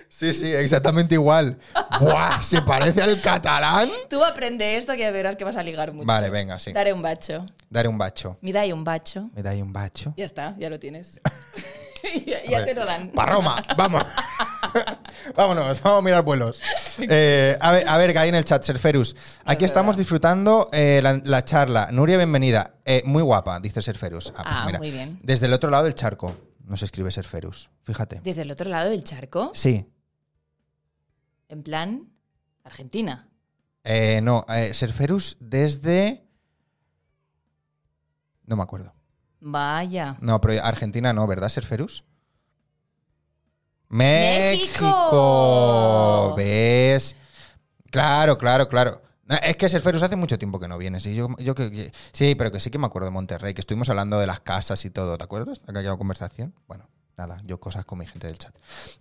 A: Sí, sí, exactamente igual. ¡Buah! ¿Se parece al catalán?
B: Tú aprende esto que verás que vas a ligar mucho.
A: Vale, venga, sí.
B: Dare un bacho.
A: Daré un bacho.
B: Mi dai un bacho.
A: ¿Me dais un bacho?
B: Ya está, ya lo tienes. ya ya te lo dan.
A: ¡Para Roma! ¡Vamos! Vámonos, vamos a mirar vuelos. Eh, a, ver, a ver, que hay en el chat, Serferus. Aquí estamos disfrutando eh, la, la charla. Nuria, bienvenida. Eh, muy guapa, dice Serferus. Ah, pues
B: Ah,
A: mira.
B: muy bien.
A: Desde el otro lado del charco nos escribe Serferus. Fíjate.
B: Desde el otro lado del charco,
A: Sí.
B: en plan Argentina.
A: Eh, no, eh, Serferus desde. No me acuerdo.
B: Vaya.
A: No, pero Argentina no, ¿verdad, Serferus?
B: ¡México!
A: ¡México! ¿Ves? Claro, claro, claro. No, Es que Serferus hace mucho tiempo que no viene. Sí, yo, yo que- que- sí, pero que sí que me acuerdo de Monterrey, que estuvimos hablando de las casas y todo. ¿Te acuerdas? Aquella conversación. Bueno, Nada, yo cosas con mi gente del chat.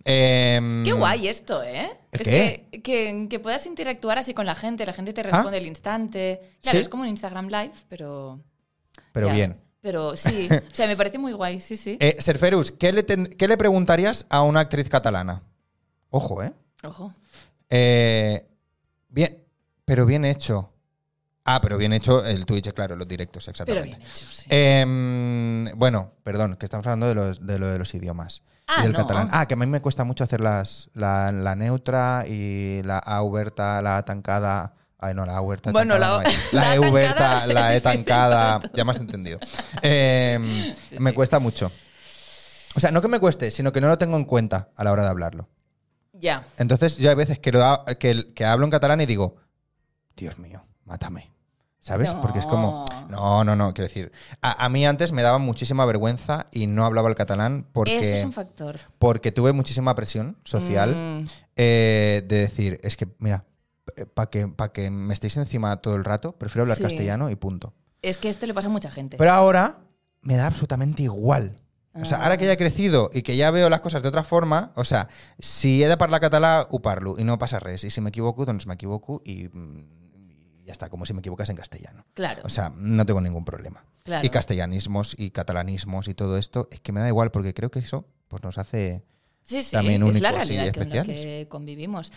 A: Em,
B: Qué guay esto, ¿eh?
A: ¿El
B: es
A: qué? Ah.
B: Que, que, que puedas interactuar así con la gente, la gente te responde al instante. Claro,
A: Sí.
B: es como un Instagram Live, pero.
A: Pero
B: ya.
A: bien.
B: Pero sí, o sea, me parece muy guay, sí, sí.
A: Eh, Serferus, ¿qué le, ten- ¿qué le preguntarías a una actriz catalana? Ojo, ¿eh?
B: Ojo.
A: Eh, bien, pero bien hecho. Ah, pero bien hecho el Twitch, claro, los directos,
B: Pero
A: exactamente. Eh,
B: bien hecho, sí.
A: Em, bueno, perdón, que estamos hablando de, los, de lo de los idiomas.
B: Ah,
A: y del
B: no.
A: catalán. Ah, que a mí me cuesta mucho hacer las, la, la neutra y la auberta, la atancada. Ay, no, la auberta.
B: Bueno,
A: tancada
B: la-
A: no hay.
B: la
A: la euberta, la
B: atancada es difícil para
A: etancada. Ya me has entendido. Em,
B: Sí,
A: me
B: sí.
A: cuesta mucho. O sea, no que me cueste, sino que no lo tengo en cuenta a la hora de hablarlo.
B: Ya.
A: Entonces, yo hay veces que, lo ha- que, que hablo en catalán y digo, Dios mío, mátame. ¿Sabes? Porque es como, no, no, no, quiero decir, a, a mí antes me daba muchísima vergüenza y no hablaba el catalán
B: Eso es
A: porque,
B: un factor.
A: porque tuve muchísima presión social
B: Mm,
A: eh, de decir, es que, mira, para que, pa que me estéis encima todo el rato, prefiero hablar
B: Sí.
A: castellano y punto.
B: es que este le pasa a mucha gente.
A: Pero ahora me da absolutamente igual. O sea,
B: Ah.
A: ahora que ya he crecido y que ya veo las cosas de otra forma, o sea, si he de parlar català, ho parlo y no pasa res. Y si me equivoco, doncs me equivoco y, mm, y ya está, como si me equivocas en castellano.
B: claro,
A: O sea, no tengo ningún problema.
B: claro.
A: Y castellanismos y catalanismos y todo esto, es que me da igual porque creo que eso pues, nos hace...
B: Sí, sí,
A: también
B: es la
A: únicos y
B: realidad con la
A: especiales.
B: que convivimos.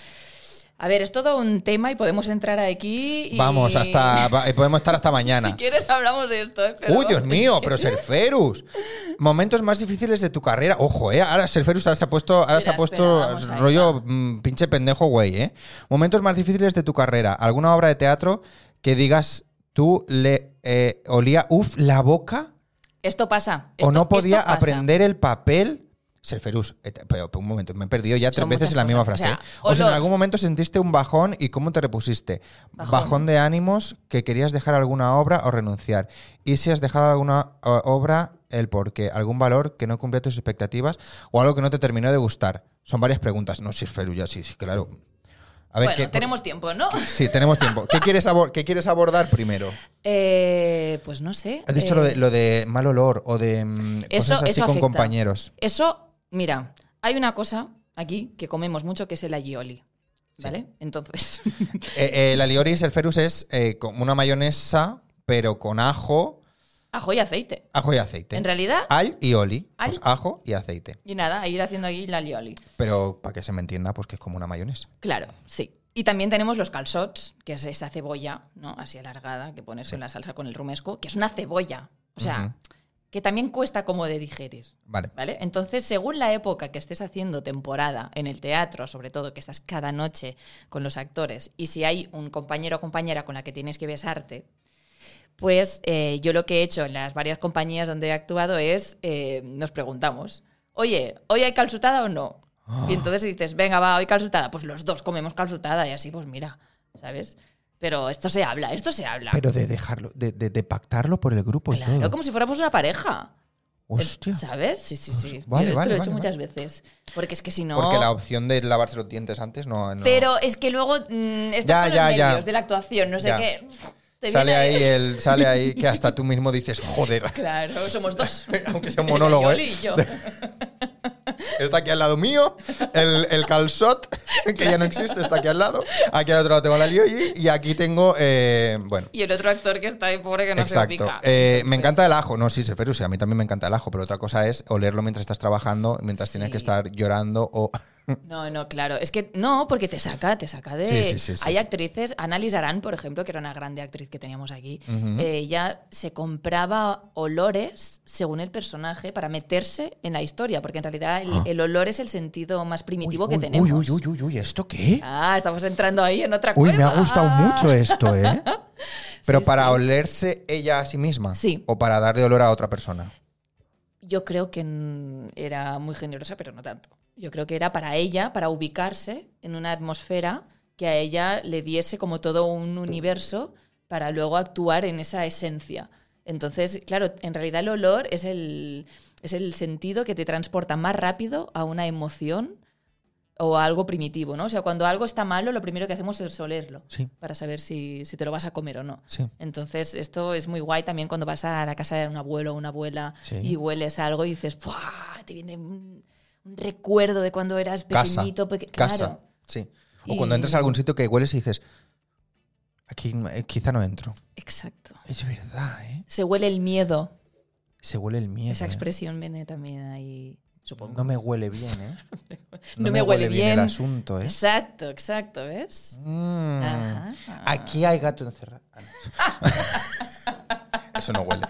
B: A ver, es todo un tema y podemos entrar aquí y...
A: Vamos, hasta va- eh, podemos estar hasta mañana.
B: Si quieres hablamos de esto, ¿eh? Pero-
A: ¡Uy, Dios mío! Pero Serferus. Momentos más difíciles de tu carrera. Ojo, eh. Ahora Serferus ahora se ha puesto, ahora se
B: Espera,
A: ha puesto
B: espera, vamos ahí,
A: rollo mm, pinche pendejo, güey, eh. Momentos más difíciles de tu carrera. ¿Alguna obra de teatro que digas tú le eh, olía uff la boca
B: Esto pasa.
A: o
B: esto-
A: no podía
B: esto pasa.
A: aprender el papel? Serferus, eh, te- pero pero un momento, me he perdido ya tres
B: Son
A: veces
B: muchas
A: en la misma
B: cosas,
A: frase. eh.
B: o sea,
A: O sea, en
B: olor.
A: algún momento sentiste un bajón y cómo te repusiste. Bajón.
B: Bajón.
A: de ánimos que querías dejar alguna obra o renunciar. Y si has dejado alguna o- obra, el por qué. Algún valor que no cumplía tus expectativas o algo que no te terminó de gustar. Son varias preguntas. No, Serferus, ya sí, sí, claro. A ver,
B: Bueno,
A: ¿qué-
B: tenemos tiempo, ¿no?
A: Sí, tenemos tiempo. ¿Qué quieres, abor- qué quieres abordar primero?
B: Eh, pues no sé.
A: Has dicho
B: eh,
A: lo, de, lo de mal olor o de mm,
B: Eso-
A: cosas así
B: eso
A: con
B: afecta.
A: compañeros.
B: Eso, mira, hay una cosa aquí que comemos mucho que es el agioli.
A: Sí.
B: ¿Vale? Entonces,
A: Eh, eh, la liori serferus es eh, como una mayonesa, pero con ajo,
B: ajo y aceite.
A: ajo y aceite.
B: En realidad,
A: Al y oli.
B: Al.
A: Pues ajo y aceite.
B: y nada, ir haciendo ahí la alioli.
A: Pero para que se me entienda, pues que es como una mayonesa.
B: Claro, sí. Y también tenemos los calzots, que es esa cebolla, ¿no? Así alargada, que pones en la salsa con el rumesco, que es una cebolla. O sea, que también cuesta como de digerir.
A: Vale.
B: ¿Vale? Entonces, según la época que estés haciendo temporada en el teatro, sobre todo que estás cada noche con los actores, y si hay un compañero o compañera con la que tienes que besarte, pues eh, yo lo que he hecho en las varias compañías donde he actuado es, eh, nos preguntamos, oye, ¿hoy hay calzutada o no?
A: Ah.
B: Y entonces dices, venga, va, hoy calzutada. Pues los dos comemos calzutada y así, pues mira, ¿sabes? Pero esto se habla, esto se habla.
A: Pero de dejarlo, de, de- de pactarlo por el grupo y
B: claro,
A: todo.
B: como si fuéramos una pareja.
A: Hostia.
B: ¿Sabes? Sí, sí, sí.
A: Pues vale,
B: Yo esto
A: vale,
B: lo he hecho
A: vale,
B: muchas veces. Porque es que si no.
A: Porque la opción de lavarse los dientes antes no. no-
B: Pero es que luego mm, estás
A: Ya,
B: con los
A: ya, ya.
B: nervios de la actuación, no sé
A: Ya.
B: qué. Te
A: Sale
B: viene
A: ahí, el, sale ahí que hasta tú mismo dices, joder,
B: Claro, somos dos.
A: aunque sea un monólogo,
B: Yoli
A: ¿eh?
B: y yo.
A: Está aquí al lado mío, el, el calzot, que ya no existe, está aquí al lado. Aquí al otro lado tengo la lioli y aquí tengo, eh, bueno,
B: Y el otro actor que está ahí, pobre, que no se
A: Exacto.
B: ubica.
A: Eh, me encanta el ajo. No, sí, Seferus, sí, a mí también me encanta el ajo, pero otra cosa es olerlo mientras estás trabajando, mientras tienes
B: Sí.
A: que estar llorando o...
B: No, no, claro. Es que no, porque te saca, te saca de.
A: Sí, sí, sí, sí,
B: Hay
A: sí.
B: actrices, Annalise Arán, por ejemplo, que era una grande actriz que teníamos aquí, eh, ella se compraba olores según el personaje para meterse en la historia, porque en realidad el, el olor es el sentido más primitivo
A: Ah. uy,
B: que
A: uy,
B: tenemos.
A: Uy, uy, uy, uy, ¿esto qué?
B: Ah, estamos entrando ahí en otra
A: Uy,
B: cuerda.
A: me ha gustado mucho esto, ¿eh? Pero
B: Sí,
A: para
B: sí.
A: olerse ella a sí misma.
B: Sí.
A: O para darle olor a otra persona.
B: Yo creo que mm, era muy generosa, pero no tanto. Yo creo que era para ella, para ubicarse en una atmosfera que a ella le diese como todo un universo para luego actuar en esa esencia. Entonces, claro, en realidad el olor es el, es el sentido que te transporta más rápido a una emoción o a algo primitivo, ¿no? O sea, cuando algo está malo, lo primero que hacemos es olerlo
A: Sí,
B: para saber si, si te lo vas a comer o no.
A: sí.
B: Entonces, esto es muy guay también cuando vas a la casa de un abuelo o una abuela
A: Sí.
B: y hueles algo y dices, ¡buah! te viene un, un recuerdo de cuando eras
A: Casa,
B: pequeñito. peque-
A: Casa,
B: Claro.
A: sí. O
B: Y-
A: cuando entras a algún sitio que hueles y dices, aquí eh, quizá no entro.
B: Exacto.
A: Es verdad, ¿eh?
B: Se huele el miedo.
A: Se huele el miedo.
B: Esa
A: ¿eh?
B: expresión viene también ahí, supongo.
A: No me huele bien, ¿eh?
B: No me huele bien.
A: el asunto, ¿eh?
B: Exacto, exacto, ¿ves?
A: Mm.
B: Ajá.
A: Aquí hay gato encerrado. Ah, no. Eso no huele.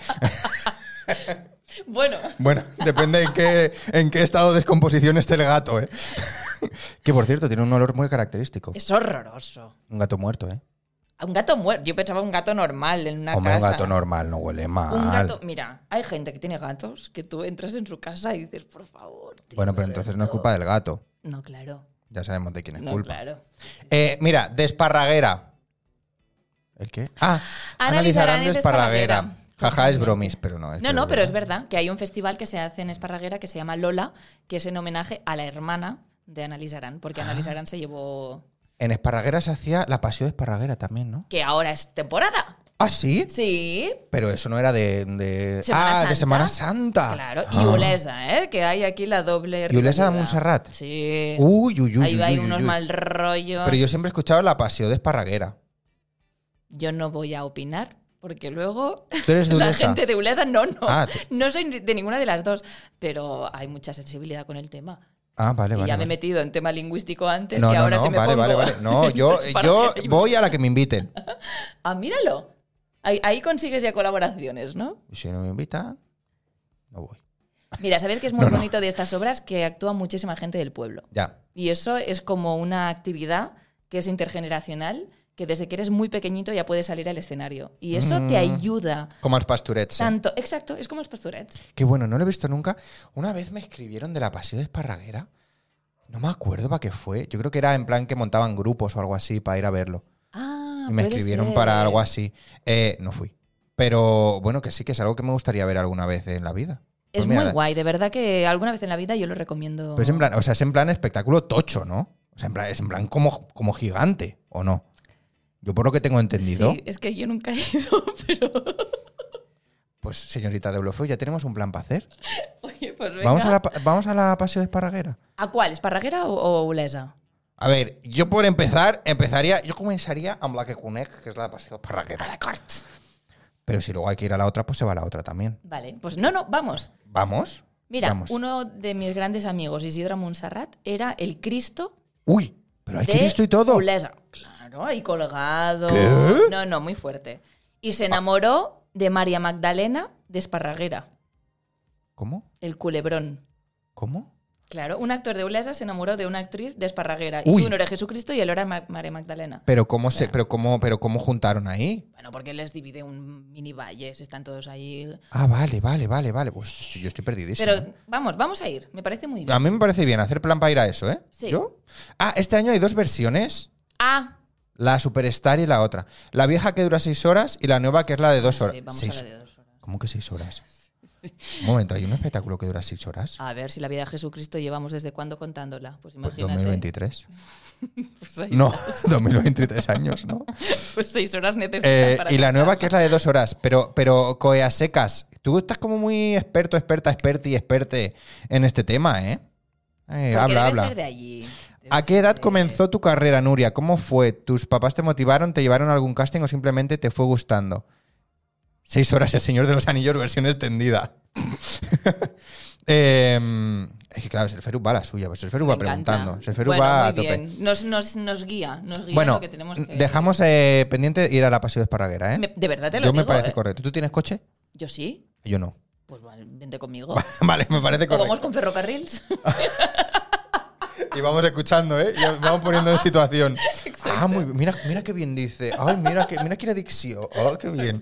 B: Bueno,
A: Bueno, depende en qué, en qué estado de descomposición esté el gato, ¿eh? Que por cierto, tiene un olor muy característico.
B: es horroroso.
A: Un gato muerto, ¿eh?
B: A un gato muerto. Yo pensaba un gato normal en una
A: Como un
B: casa.
A: gato normal, no huele mal.
B: Un gato- mira, hay gente que tiene gatos que tú entras en su casa y dices, por favor. tío,
A: Bueno, pero entonces no es culpa del gato.
B: No, claro.
A: Ya sabemos de quién es
B: No,
A: culpa.
B: claro.
A: Eh, mira, desparraguera. ¿El qué? Ah,
B: Analizarán
A: analizarán
B: es
A: desparraguera.
B: desparraguera.
A: Jaja, es bromis, pero no. es
B: No,
A: que
B: no, pero es verdad que hay un festival que se hace en Esparraguera que se llama Lola, que es en homenaje a la hermana de Analizarán,
A: Ah.
B: porque Analizarán se llevó.
A: En Esparraguera se hacía la pasión de Esparraguera también, ¿no?
B: que ahora es temporada.
A: Ah, sí.
B: Sí,
A: Pero eso no era de. de-
B: Semana
A: ah,
B: Santa.
A: de Semana Santa.
B: Claro, y
A: Ah.
B: Ulesa, ¿eh? que hay aquí la doble.
A: Y Ulesa de
B: rivalidad.
A: Montserrat.
B: Sí.
A: Uy, uy, uy.
B: Ahí
A: uy,
B: hay
A: uy,
B: unos
A: uy.
B: mal rollos.
A: Pero yo siempre he escuchado la pasión de Esparraguera.
B: Yo no voy a opinar, porque luego
A: Tú eres de
B: la
A: Ulesa.
B: gente de Ulesa no, no.
A: Ah, tú-
B: No soy de ninguna de las dos, pero hay mucha sensibilidad con el tema.
A: Ah, vale,
B: y
A: vale.
B: ya me he
A: vale.
B: metido en tema lingüístico antes,
A: No,
B: que
A: no,
B: ahora
A: no,
B: se me
A: vale,
B: pongo-
A: vale, vale. No, yo,
B: Entonces, para
A: yo
B: que-
A: voy a la que me inviten.
B: Ah, míralo. Ahí, ahí consigues ya colaboraciones, ¿no?
A: Y si no me invitan, no voy.
B: Mira, ¿sabes que es muy
A: No, no.
B: bonito de estas obras? Que actúa muchísima gente del pueblo.
A: Ya.
B: Y eso es como una actividad que es intergeneracional, que desde que eres muy pequeñito ya puedes salir al escenario. Y eso te
A: Mm.
B: ayuda
A: Como los pasturets. ¿eh?
B: tanto. Exacto, es como los pastorets.
A: Que bueno, no lo he visto nunca. Una vez me escribieron de la pasión de Esparraguera. No me acuerdo para qué fue. Yo creo que era en plan que montaban grupos o algo así para ir a verlo.
B: Ah,
A: y me
B: puede
A: escribieron
B: ser.
A: para algo así. Eh, no fui. Pero bueno, que sí que es algo que me gustaría ver alguna vez en la vida.
B: Es
A: Pues mira,
B: muy guay, de verdad que alguna vez en la vida yo lo recomiendo.
A: Pero es en plan, o sea, es en plan espectáculo tocho, ¿no? O sea, en plan, es en plan como, como gigante, ¿o no? Yo por lo que tengo entendido,
B: Sí, es que yo nunca he ido, pero.
A: pues señorita de Blofeu, ya tenemos un plan para hacer.
B: Oye, pues venga.
A: Vamos a, la, pa- vamos a la paseo de Esparraguera.
B: ¿A cuál? ¿Esparraguera o, o Olesa?
A: A ver, yo por empezar, empezaría, yo comenzaría amb la que conec, que es la de Paseo
B: A
A: Parraguera.
B: la corte.
A: Pero si luego hay que ir a la otra, pues se va a la otra también.
B: Vale, pues no, no, vamos.
A: ¿Vamos?
B: Mira,
A: Vamos.
B: uno de mis grandes amigos, Isidro Montserrat, era el Cristo
A: Uy, pero hay
B: de
A: Cristo y todo.
B: Ulesa. Claro, ahí colgado.
A: ¿Qué?
B: No, no, muy fuerte. Y se enamoró de María Magdalena de Esparraguera,
A: ¿Cómo?
B: el culebrón.
A: ¿Cómo?
B: Claro, un actor de Ulesa se enamoró de una actriz de Esparraguera.
A: Uy.
B: Y uno era Jesucristo y el otro era Ma- María Magdalena.
A: Pero cómo se,
B: Espera.
A: pero cómo, pero cómo juntaron ahí.
B: Bueno, porque les divide un mini valle, están todos ahí.
A: Ah, vale, vale, vale, vale. Pues yo estoy perdidísimo. ¿eh?
B: Pero vamos, vamos a ir, me parece muy bien.
A: A mí me parece bien hacer plan para ir a eso, ¿eh?
B: Sí.
A: ¿Yo? Ah, este año hay dos versiones.
B: Ah,
A: La Superstar y la otra. La vieja que dura seis horas y la nueva que es la de dos horas.
B: Ah, sí, vamos
A: Seis-
B: a la de dos horas.
A: ¿Cómo que seis horas? Un momento, ¿hay un espectáculo que dura seis horas?
B: A ver si la vida de Jesucristo llevamos desde cuándo contándola. Pues
A: Pues
B: imagínate.
A: 2023.
B: Pues seis,
A: No, 2023 años, ¿no?
B: pues seis horas necesitas
A: Eh,
B: para
A: y la nueva que es la de dos horas, pero, pero coeas secas. Tú estás como muy experto, experta, experti, experte en este tema, ¿eh? Eh,
B: Porque
A: habla,
B: debe
A: habla.
B: ser de allí. Debe
A: ¿A qué
B: ser
A: edad
B: de-
A: comenzó tu carrera, Nuria? ¿Cómo fue? ¿Tus papás te motivaron, te llevaron a algún casting o simplemente te fue gustando? Seis horas El Señor de los Anillos, versión extendida. Em, es que claro, Serferu va a la suya, pues Serferu va
B: Me encanta.
A: preguntando. Serferu
B: Bueno,
A: va
B: muy
A: a tope.
B: bien. Nos, nos, nos guía, nos guía
A: Bueno,
B: lo que tenemos que
A: n- dejamos eh, pendiente ir a la Paseo de Esparraguera, ¿eh?
B: Me- de verdad te lo
A: Yo
B: digo.
A: me parece
B: ¿eh?
A: correcto. ¿Tú tienes coche?
B: Yo sí.
A: Yo no.
B: Pues vale, vente conmigo.
A: vale, me parece
B: o vamos
A: correcto.
B: con ferrocarrils.
A: Y vamos escuchando, ¿eh? Y vamos poniendo en situación. Ah, muy bien. Mira, mira qué bien dice. Ay, mira qué, mira qué adicción. Oh, qué bien.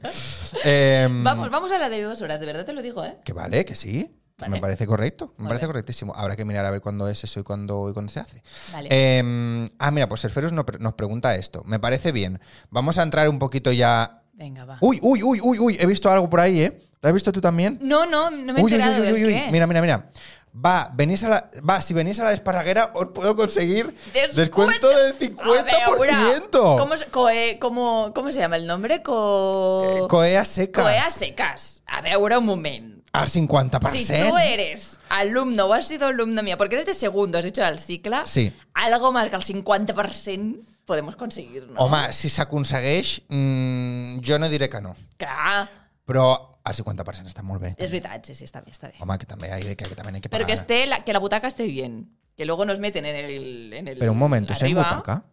A: Em,
B: vamos, vamos a la de dos horas, de verdad te lo digo, ¿eh?
A: Que vale, que sí. que
B: Vale.
A: Me parece correcto. Me
B: Muy
A: parece
B: bien.
A: correctísimo. Habrá que mirar a ver cuándo es eso y cuándo, y cuándo se hace.
B: Vale.
A: Em, ah, mira, pues Serferus no pre- nos pregunta esto. Me parece bien. Vamos a entrar un poquito ya.
B: Venga, va.
A: Uy, uy, uy, uy, uy. He visto algo por ahí, ¿eh? ¿Lo has visto tú también?
B: No, no, no me he
A: Uy, uy, uy,
B: enterado
A: uy,
B: del
A: uy.
B: qué.
A: Mira, mira, mira. Va, venís a la, va, si venís a la esparraguera, os puedo conseguir descuento,
B: Descuento.
A: del
B: Ahora,
A: 50%.
B: ¿Cómo, se- coe- cómo- cómo se llama el nombre? Co...
A: Eh, Coea secas.
B: Coeas secas. A veure, un moment.
A: al 50%.
B: Si tú eres alumno o has sido alumno mía, porque eres de segundo, has dicho al cicle,
A: Sí.
B: algo más que el 50% podemos conseguir, no?
A: Home, si s'aconsegueix, mm, jo no diré que no.
B: Clar,
A: Però el 50% està molt bé.
B: és veritat, sí, sí, està bé, està bé.
A: Home, que també, hay, de- que, que també n'hi ha que
B: Pero
A: pagar.
B: que, esté la, que la butaca esté bien. Que luego nos meten en el... En el
A: Però un moment, ¿eso es
B: arriba.
A: butaca?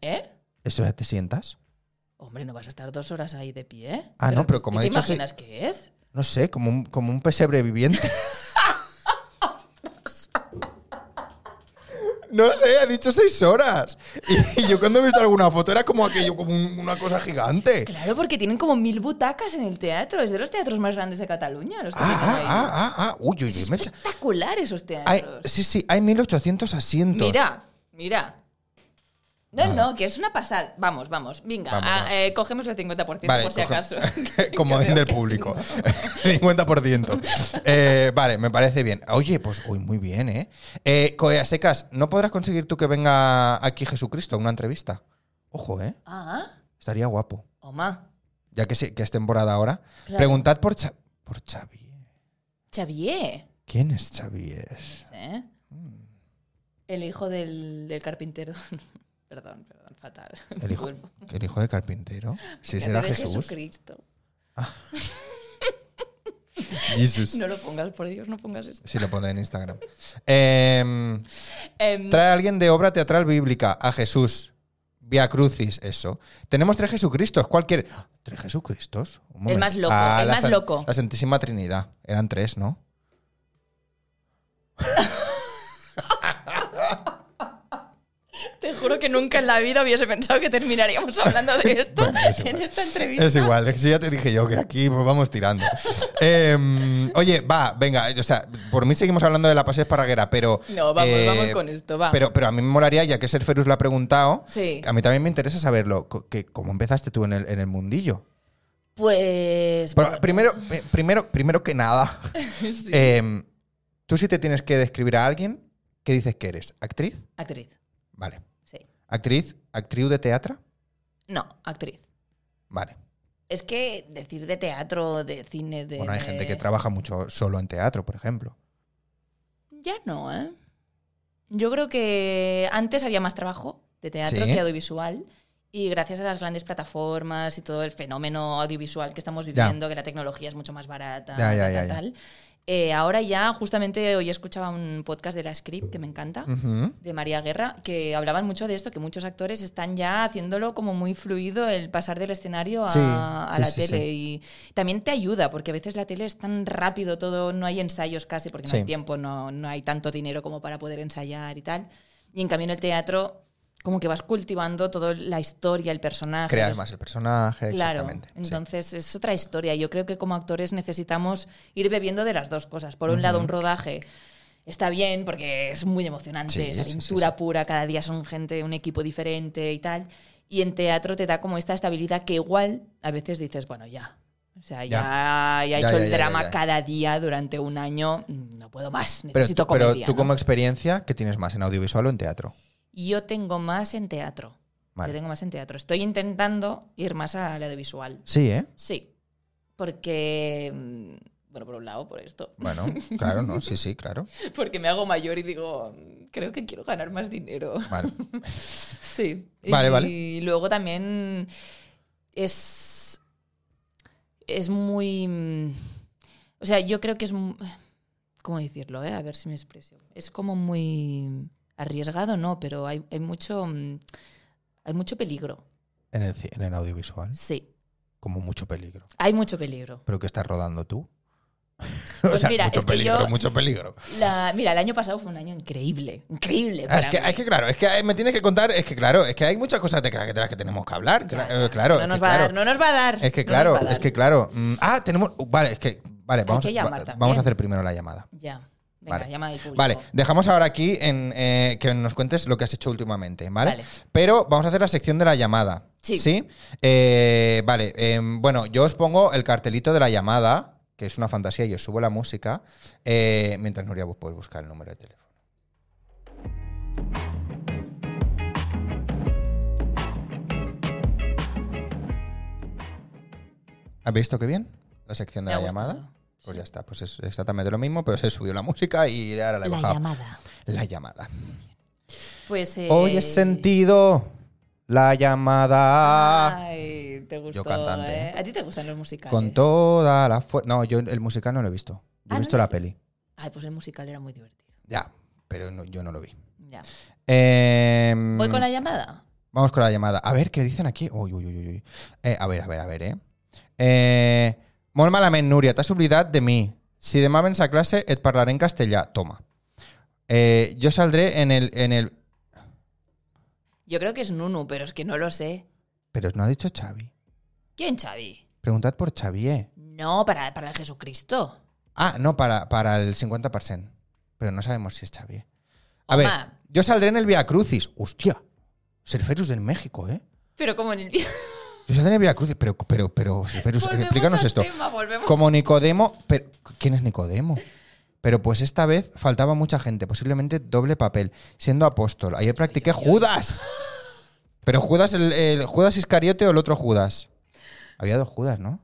B: ¿Eh?
A: ¿Eso te sientas?
B: Hombre, no vas a estar dos horas ahí de pie.
A: Ah, no, pero como
B: ¿qué
A: he
B: ¿Te
A: dicho, sí.
B: imaginas qué es?
A: No sé, como un, como un pesebre viviente. No sé, ha dicho seis horas. Y, y yo cuando he visto alguna foto era como aquello, como un- una cosa gigante.
B: Claro, porque tienen como mil butacas en el teatro. Es de los teatros más grandes de Cataluña. Los que
A: Ah,
B: tienen
A: ah,
B: ahí.
A: ah, ah, ah. Uy, uy, uy.
B: Es
A: me-
B: espectacular esos
A: Hay-
B: teatros.
A: sí, sí, hay 1800 asientos.
B: Mira, mira. No, no, que es una pasada. Vamos, vamos, venga,
A: Vamos,
B: ah,
A: vamos.
B: eh, cogemos el 50% por si
A: coge-
B: acaso.
A: Como
B: Creo
A: den del
B: que sí,
A: público.
B: ¿no?
A: 50%. Eh, vale, me parece bien. Oye, pues hoy muy bien, ¿eh? eh Coea Secas, ¿no podrás conseguir tú que venga aquí Jesucristo a una entrevista? Ojo, ¿eh?
B: Ah,
A: Estaría guapo.
B: Oma,
A: Ya que, sí- que es temporada ahora.
B: Claro.
A: Preguntad por, Cha- por Xavier.
B: Xavier.
A: ¿Quién es Xavier?
B: ¿eh?
A: Mm.
B: El hijo del, del carpintero. perdón, perdón, fatal.
A: El hijo,
B: Disculpa.
A: el hijo de carpintero. Si
B: Ya
A: será
B: te dije
A: Jesús.
B: Jesucristo.
A: Jesús.
B: No lo pongas, por Dios, no pongas esto.
A: Sí, lo pondré en Instagram. Em,
B: Em,
A: Trae a alguien de obra teatral bíblica, a Jesús. Via Crucis, eso. Tenemos tres Jesucristos, cualquier. ¡Ah! ¿Tres Jesucristos? Un momento. Ah,
B: más loco, el
A: la
B: más
A: San-
B: loco.
A: La Santísima Trinidad. Eran tres, ¿no?
B: te juro que nunca en la vida hubiese pensado que terminaríamos hablando de esto
A: Bueno, es igual.
B: en esta entrevista.
A: Es igual, es que ya te dije yo que aquí pues, vamos tirando. Em, oye, va, venga, o sea, por mí seguimos hablando de la pasión esparraguera, pero.
B: No, vamos, vamos con esto, va.
A: eh, Pero, pero a mí me molaría, ya que Serferus lo ha preguntado,
B: Sí.
A: a mí también me interesa saberlo, co- que cómo empezaste tú en el, en el mundillo.
B: Pues.
A: Pero primero, eh, primero, primero que nada,
B: Sí.
A: eh, tú si te tienes que describir a alguien, ¿qué dices que eres? ¿Actriz?
B: Actriz,
A: Vale.
B: sí.
A: ¿Actriz? ¿Actriz de teatro?
B: No, actriz.
A: Vale.
B: Es que decir de teatro, de cine, de.
A: Bueno, hay gente que trabaja mucho solo en teatro, por ejemplo.
B: Ya no, ¿eh? Yo creo que antes había más trabajo de teatro
A: Sí.
B: que audiovisual. Y gracias a las grandes plataformas y todo el fenómeno audiovisual que estamos
A: Ya.
B: viviendo, que la tecnología es mucho más barata,
A: Ya, ya,
B: tal,
A: ya,
B: tal,
A: ya.
B: tal, eh, ahora ya, justamente hoy escuchaba un podcast de la Script que me encanta,
A: Ujú.
B: de María Guerra, que hablaban mucho de esto, que muchos actores están ya haciéndolo como muy fluido el pasar del escenario a,
A: Sí,
B: a
A: sí,
B: la
A: sí,
B: tele. Y también te ayuda, porque a veces la tele es tan rápido todo, no hay ensayos casi, porque no
A: Sí.
B: hay tiempo, no, no hay tanto dinero como para poder ensayar y tal. Y en cambio en el teatro, como que vas cultivando toda la historia, el personaje.
A: Creas
B: los-
A: más el personaje,
B: Claro,
A: exactamente. sí.
B: entonces es otra historia. Yo creo que como actores necesitamos ir bebiendo de las dos cosas. Por un lado, un rodaje está bien porque es muy emocionante,
A: Sí,
B: es
A: sí, sí,
B: aventura
A: sí.
B: pura, cada día son gente, un equipo diferente y tal. Y en teatro te da como esta estabilidad que igual a veces dices, bueno, ya. O sea, ya, ya he
A: Ya,
B: hecho
A: ya, ya,
B: el
A: ya,
B: drama
A: ya.
B: cada día durante un año, mm, no puedo más,
A: Pero,
B: necesito
A: tú, pero
B: comedia,
A: tú
B: ¿no?
A: como experiencia, ¿qué tienes más, en audiovisual o en teatro?
B: Yo tengo más en teatro.
A: Vale.
B: Yo tengo más en teatro. Estoy intentando ir más al audiovisual.
A: Sí, ¿eh?
B: Sí, porque, mm, bueno, por un lado, por esto,
A: Bueno, claro, ¿no? Sí, sí, claro.
B: porque me hago mayor y digo, mm, creo que quiero ganar más dinero.
A: Vale.
B: Sí.
A: Vale,
B: y,
A: vale.
B: luego también es, es muy, mm, o sea, yo creo que es, mu- ¿cómo decirlo? eh? A ver si me expreso. Es como muy arriesgado, ¿no? Pero hay, hay mucho, mm, hay mucho peligro,
A: En el, ci- en el audiovisual,
B: sí.
A: como mucho peligro.
B: Hay mucho peligro.
A: ¿Pero qué estás rodando tú? o
B: Pues
A: sea,
B: mira,
A: mucho
B: es que
A: peligro,
B: yo-
A: mucho peligro.
B: La- mira, el año pasado fue un año increíble, increíble.
A: Ah,
B: Eh, para
A: es, que,
B: mí.
A: es que claro, es que hay- me tienes que contar, es que claro, es que hay muchas cosas de, que- de las que tenemos que hablar. cla- eh, claro,
B: no
A: es
B: nos
A: que
B: va
A: claro.
B: a dar, no nos va a dar.
A: Es que
B: no
A: claro,
B: nos va a
A: es
B: dar.
A: que claro. Mm, Ah, tenemos. uh, Vale, es que. Vale, vamos,
B: que
A: a-
B: llamar
A: va-
B: también.
A: vamos a hacer primero la llamada.
B: Ya. Venga,
A: Vale.
B: llama del público.
A: Vale, dejamos ahora aquí en, eh, que nos cuentes lo que has hecho últimamente, ¿vale?
B: Vale.
A: Pero vamos a hacer la sección de la llamada.
B: Sí.
A: Eh, vale, em, bueno, yo os pongo el cartelito de la llamada, que es una fantasía, y os subo la música, eh, mientras Nuria vos podéis buscar el número de teléfono. ¿Has visto qué bien? La sección de
B: Me ha
A: la
B: gustado.
A: llamada. Pues ya está, pues es exactamente lo mismo, pero se subió la música y ahora la he
B: La
A: bajado.
B: llamada.
A: La llamada.
B: Pues. eh,
A: Hoy he sentido la
B: Ah,
A: llamada
B: Ay, te gustó.
A: Yo cantante,
B: ¿eh? A ti te gustan los musicales.
A: con toda la fuerza. No, yo el musical no lo he visto. Yo he
B: Ah, ¿no
A: visto
B: lo
A: la
B: has
A: peli.
B: Ay, pues el musical era muy divertido.
A: Ya, pero no- yo no lo vi.
B: Ya.
A: Em,
B: Voy con la llamada.
A: Vamos con la llamada. A ver, ¿qué dicen aquí? Uy, uy, uy, uy, uy. Eh, a ver, a ver, a ver, eh. eh molt malament, Núria, t'has oblidat de mi. Si demà vens a classe et parlaré en castellà. Toma. Eh, yo saldré en el, en el...
B: Yo creo que es Nunu, pero es que no lo sé.
A: Pero no ha dicho Xavi.
B: ¿Quién, Xavi?
A: Preguntad por Xavier.
B: No, para, para el Jesucristo.
A: Ah, no, para, para el 50%. Pero no sabemos si es Xavier. A
B: Home.
A: ver, yo saldré en el Via Crucis. Hostia. Serferus en México, ¿eh?
B: Pero como en el vídeo.
A: Yo saldré en el Via Crucis, pero, pero, pero, Serferus,
B: Volvemos
A: explícanos
B: al
A: esto.
B: tema, volvemos.
A: Como Nicodemo, pero ¿quién es Nicodemo? Pero pues esta vez faltaba mucha gente, posiblemente doble papel, siendo apóstol. Ayer practiqué Judas. Pero Judas el, el Judas Iscariote o el otro Judas. Había dos Judas, ¿no?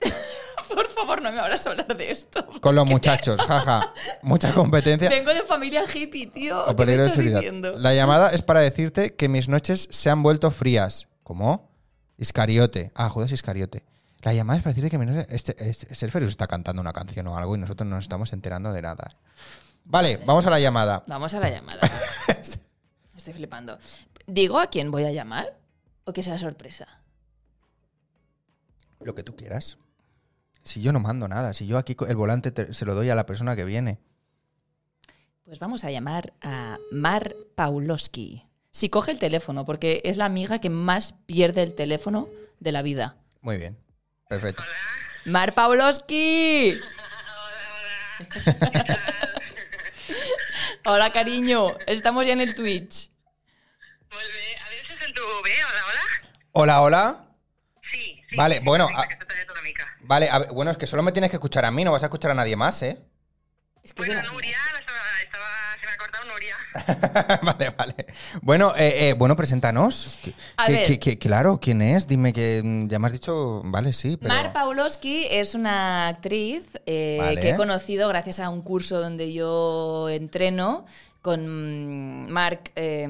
B: Por favor, no me hagas hablar de esto.
A: Con los muchachos, jaja. Mucha competencia.
B: Vengo de familia hippie, tío.
A: o
B: ¿Qué me
A: peligro de
B: estás
A: seriedad.
B: diciendo?
A: La llamada es para decirte que mis noches se han vuelto frías. ¿Cómo? Iscariote. Ah, Judas Iscariote. La llamada es para decirte que mis noches. Este, este- Serferus está cantando una canción o algo y nosotros no nos estamos enterando de nada. Vale, vamos a la llamada.
B: Vamos a la llamada. Estoy flipando. ¿Digo a quién voy a llamar? ¿O que sea sorpresa?
A: Lo que tú quieras. Si yo no mando nada, si yo aquí co- el volante te- se lo doy a la persona que viene.
B: Pues vamos a llamar a Mar Pauloski. Si coge el teléfono, porque es la amiga que más pierde el teléfono de la vida.
A: Muy bien. Perfecto.
B: Mar Pauloski. Hola, cariño. Estamos ya en el Twitch.
C: Molt bé. A veure si em sento bé. Hola, hola.
A: Hola, hola.
C: Sí, sí.
A: Vale, ah. bueno, a-
C: Que s'ha tallat una mica.
A: vale, a ver, bueno, es que solo me tienes que escuchar a mí, no vas a escuchar a nadie más, ¿eh?
B: Es
A: Pues
B: que es
C: Bueno,
B: una-
C: Núria, estava, estava, se m'ha cortat Núria.
A: vale, vale. Bueno, eh, eh, bueno, preséntanos. Que-
B: A
A: que-
B: ver.
A: que- que- claro, ¿quién es? Dime que mm, ya me has dicho, vale, sí, pero...
B: Mar Pauloski es una actriz eh,
A: Vale.
B: que he conocido gracias a un curso donde yo entreno con Marc. eh,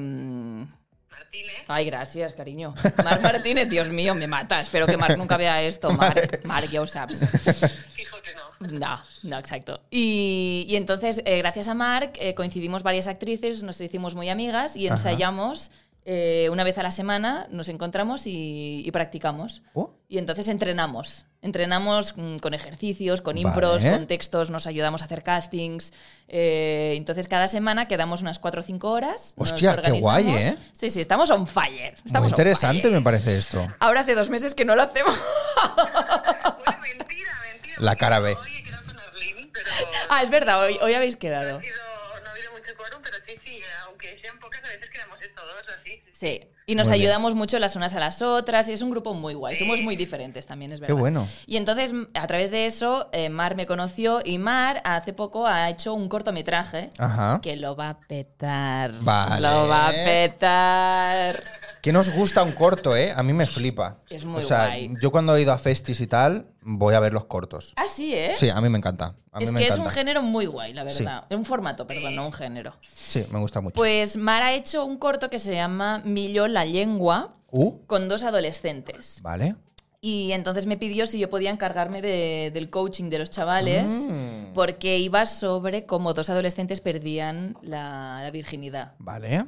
C: Martínez.
B: ay, gracias, cariño. Marc Martínez, Dios mío, me mata. Espero que Marc nunca vea esto. Marc, Marc, ya os sabes.
C: Fíjate, no.
B: No, no, exacto. Y, y entonces, eh, gracias a Marc, eh, coincidimos varias actrices, nos hicimos muy amigas y
A: Ajá.
B: ensayamos eh, una vez a la semana, nos encontramos y, y practicamos.
A: Oh,
B: Y entonces entrenamos. Entrenamos mm, con ejercicios, con impros,
A: Vale.
B: con textos, nos ayudamos a hacer castings. Eh, entonces cada semana quedamos unas 4 o 5 horas. nos
A: Hostia, qué guay,
B: organizamos.
A: ¿eh?
B: Sí, sí, estamos on fire. Estamos
A: muy
B: on
A: interesante
B: fire.
A: me parece esto.
B: Ahora hace dos meses que no lo hacemos.
C: Bueno, mentira, mentira.
A: La cara B.
C: ve. Oye, quiero con Arlín, pero...
B: Ah, es verdad, hoy, hoy habéis
C: No
A: Ah,
B: quedado.
C: ha, sido, no ha habido mucho quórum, pero sí, sí, aunque sean pocas, a veces quedamos esto dos o así.
B: Sí, y nos
A: Muy bien.
B: ayudamos mucho las unas a las otras y es un grupo muy guay. Somos muy diferentes también, es
A: Qué
B: verdad.
A: bueno.
B: Y entonces, m- a través de eso, eh, Mar me conoció y Mar hace poco ha hecho un cortometraje
A: Ajá.
B: que lo va a petar.
A: Vale.
B: Lo va a petar.
A: Que nos gusta un corto, ¿eh? A mí me flipa.
B: Es muy
A: o sea,
B: guay.
A: yo cuando he ido a festis y tal, voy a ver los cortos.
B: Ah, sí, ¿eh?
A: Sí, a mí me encanta. A mí
B: es
A: me
B: que es
A: encanta.
B: un género muy guay, la verdad. Un formato, perdón, no un género.
A: Sí, me gusta mucho.
B: Pues Mar ha hecho un corto que se llama Millo la lengua
A: Uh,
B: con dos adolescentes.
A: vale.
B: Y entonces me pidió si yo podía encargarme de- del coaching de los chavales,
A: Mm.
B: porque iba sobre cómo dos adolescentes perdían la, la virginidad.
A: Vale.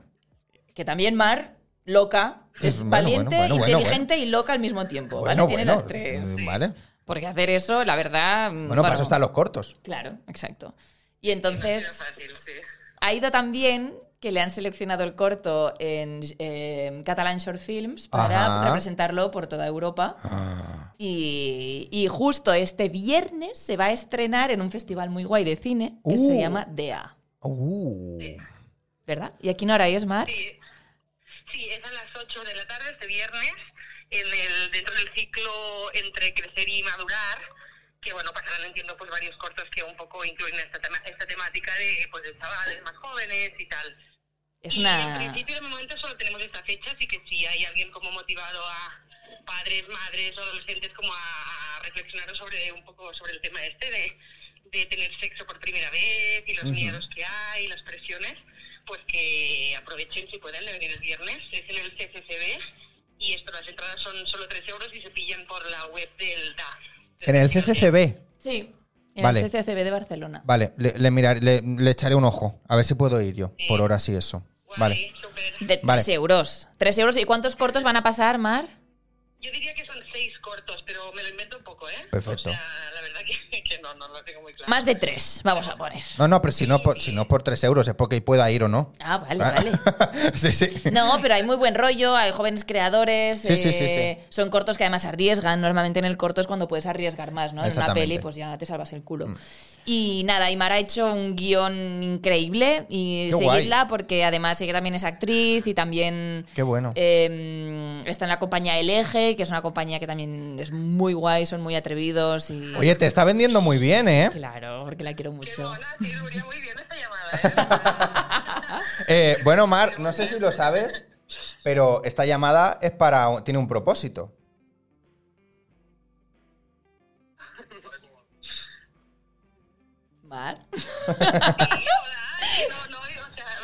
B: Que también Mar, loca, es
A: Bueno,
B: valiente,
A: bueno, bueno, bueno,
B: inteligente y loca al mismo tiempo.
A: Bueno,
B: Pues ¿vale? Tiene
A: bueno,
B: las tres. Mm,
A: eh, Vale.
B: Porque hacer eso, la verdad. mm,
A: Bueno, para eso están los cortos.
B: Claro, exacto. Y
C: Era
B: entonces
C: fácil, sí.
B: ha ido también que le han seleccionado el corto en eh, Catalan Short Films para
A: Ajá.
B: representarlo por toda Europa.
A: Ah,
B: Y, y justo este viernes se va a estrenar en un festival muy guay de cine que
A: Uh.
B: se llama DEA.
A: uh.
B: ¿Verdad? ¿Y aquí no hora es, Mar?
C: Sí. Sí, es a las 8 de la tarde este viernes, en el, dentro del ciclo entre crecer y madurar, que bueno, pasarán, entiendo, pues varios cortos que un poco incluyen esta, tema- esta temática de, pues, de chavales más jóvenes y tal.
B: Es
C: Y en
B: una...
C: principio, de momento, solo tenemos esta fecha, así que si hay alguien como motivado a, padres, madres, adolescentes como a, a reflexionar sobre un poco sobre el tema este de, de tener sexo por primera vez y los
A: Ujú.
C: miedos que hay, las presiones, pues que aprovechen si pueden de venir el viernes. Es en el CCCB y esto, las entradas son solo 3 euros y se pillan por la web del DAF.
A: En el CCCB.
B: Sí, en
A: Vale.
B: el CCCB de Barcelona.
A: Vale, le, le mirar- le- le echaré un ojo. A ver si puedo ir yo. Por ahora sí, eso.
C: Guay,
A: Vale.
C: súper.
B: De 3
A: Vale.
B: euros. 3 euros. ¿Y cuántos cortos van a pasar, Mar?
C: Yo diría que son seis cortos, pero me lo invento un poco, ¿eh?
A: Perfecto.
C: O sea, la verdad que, que no, no lo tengo muy claro.
B: Más de 3, vamos a poner.
A: No, no, pero si no, por, si no por 3 euros es porque pueda ir o no.
B: Ah, vale,
A: Ah.
B: vale.
A: sí, sí.
B: No, pero hay muy buen rollo, hay jóvenes creadores.
A: Sí, sí, sí,
B: eh, Son cortos que además arriesgan. Normalmente en el corto es cuando puedes arriesgar más, ¿no? En una
A: Exactamente. Mm.
B: peli, pues ya te salvas el culo. Y nada, Imar ha hecho un guión increíble y
A: Qué guay.
B: seguirla porque además ella también es actriz y también
A: Qué bueno.
B: eh, está en la compañía El Eje, que es una compañía que también es muy guay, son muy atrevidos y...
A: Oye, te está vendiendo muy bien, ¿eh?
B: Claro, porque la quiero
C: Qué
B: mucho.
C: mona, sí, venía muy bien esta llamada, ¿eh?
A: Eh, bueno, Mar, no sé si lo sabes, pero esta llamada es para tiene un propósito.
B: Mar.
C: ¿eh? Sí, hola, sí, no, no, o sea,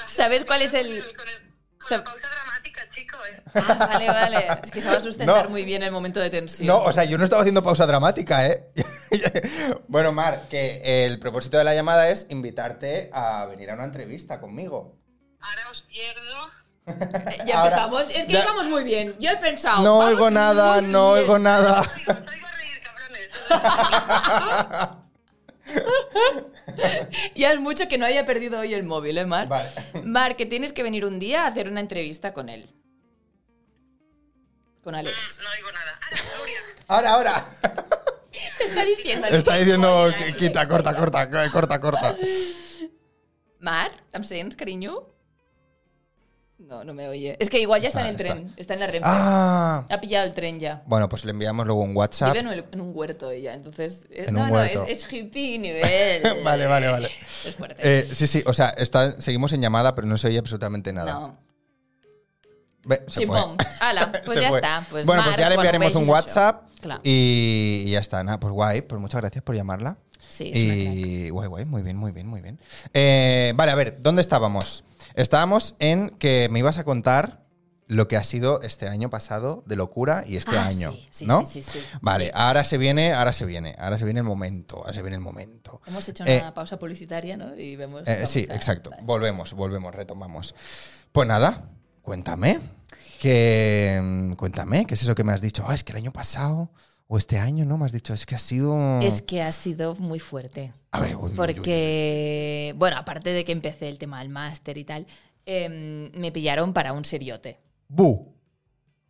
B: ¿Sabes cuál es el-
C: Con, el- con
B: Sab-
C: la pausa dramática, chico, ¿eh?
B: Ah, vale, vale. Es que se va a sustentar
A: No.
B: muy bien el momento de tensión.
A: No, o sea, yo no estaba haciendo pausa dramática, ¿eh? bueno, Mar, que el propósito de la llamada es invitarte a venir a una entrevista conmigo.
C: Ahora os pierdo.
B: Ya
A: Ahora-
B: empezamos. Es que
A: ya-
B: íbamos muy bien. Yo he pensado.
A: No
B: vamos
A: oigo nada,
B: muy
A: no
B: bien.
A: oigo nada.
C: Sí, os oigo reír, cabrones.
B: Ya es mucho que no haya perdido hoy el móvil, ¿eh, Mar?
A: Vale.
B: Mar, que tienes que venir un día a hacer una entrevista con él. Con Alex.
C: No digo nada. Ahora, Nuria.
A: Ahora, ahora.
B: Te está diciendo.
A: Está diciendo, quita, corta, corta, corta, corta.
B: Mar, ¿em sents, cariño? No, no me oye. Es que igual ya está,
A: Está-
B: en el tren. Está, en la Renfe.
A: Ah.
B: Ha pillado el tren ya.
A: Bueno, pues le enviamos luego un WhatsApp.
B: Vive en, el- en un huerto ella, entonces... eh,
A: En
B: no,
A: un
B: no, es,
A: huerto.
B: es hippie nivel.
A: Vale, vale, vale.
B: Es fuerte.
A: Eh, sí, sí, o sea, está- seguimos en llamada, pero no se oye absolutamente nada.
B: no.
A: Ve, se fue.
B: Chimpón. Ala, pues
A: Se
B: ya
A: fue.
B: está. Pues
A: bueno, pues
B: Mar,
A: ya le
B: cuando
A: enviaremos un
B: veis eso.
A: WhatsApp
B: Claro.
A: y, y ya está. Nada, pues guay, pues muchas gracias por llamarla.
B: Sí, es una crack.
A: y guay, guay, muy bien, muy bien, muy bien. Eh, vale, a ver, ¿dónde estábamos? Estábamos en que me ibas a contar lo que ha sido este año pasado de locura y este
B: Ah,
A: año,
B: sí, sí,
A: ¿no?
B: sí, sí, sí.
A: Vale,
B: Sí.
A: ahora se viene, ahora se viene, ahora se viene el momento, ahora se viene el momento.
B: Hemos hecho
A: Eh,
B: una pausa publicitaria, ¿no? Y vemos...
A: Eh,
B: vamos
A: sí,
B: a-
A: exacto.
B: vale.
A: Volvemos, volvemos, retomamos. Pues nada, cuéntame. Que, mm, cuéntame, ¿qué es eso que me has dicho? Ah, es que el año pasado o este año, ¿no? Me has dicho, es que ha sido.
B: Es que ha sido muy fuerte.
A: A ver, Mm. uy, uy, uy,
B: Porque, bueno, aparte de que empecé el tema del máster y tal, em, me pillaron para un seriote.
A: uy. Bu.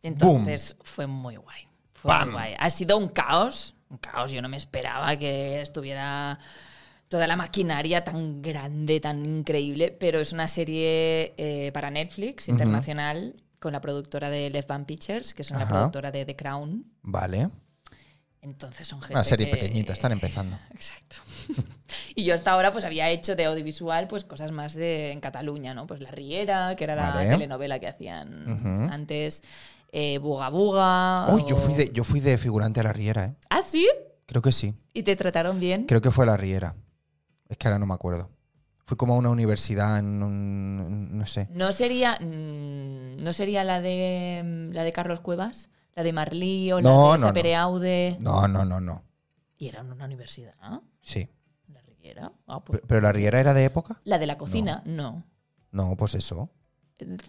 B: Entonces fue muy guay. Fue
A: Bam.
B: muy guay. Ha sido un caos, un caos. Yo no me esperaba que estuviera toda la maquinaria tan grande, tan increíble, pero es una serie eh, para Netflix internacional con la productora de Left Van Pictures, que es una
A: Ajá.
B: productora de The Crown.
A: Vale.
B: Entonces son gente
A: Una serie
B: que-
A: pequeñita, están empezando.
B: Exacto. y yo hasta ahora pues había hecho de audiovisual pues cosas más de en Cataluña, ¿no? Pues La Riera, que era la
A: Vale.
B: telenovela que hacían
A: Ujú.
B: antes, eh, Buga Buga.
A: Uy, yo
B: o-
A: fui de, yo fui de figurante a la Riera, ¿eh?
B: ¿Ah, sí?
A: Creo que sí.
B: ¿Y te trataron bien?
A: Creo que fue a la Riera. Es que ahora no me acuerdo. Fui como a una universidad en un. No sé.
B: ¿No sería, mm, ¿no sería la, de, mm, la de Carlos Cuevas? ¿La de Marlí o la
A: No, no,
B: de
A: no.
B: Sapere Aude?
A: No, no, no, no.
B: Y era en una universidad, ¿ah?
A: Sí.
B: ¿La Riera? Ah, pues-
A: Pe- ¿Pero la Riera era de época?
B: ¿La de la cocina? No.
A: No, pues eso.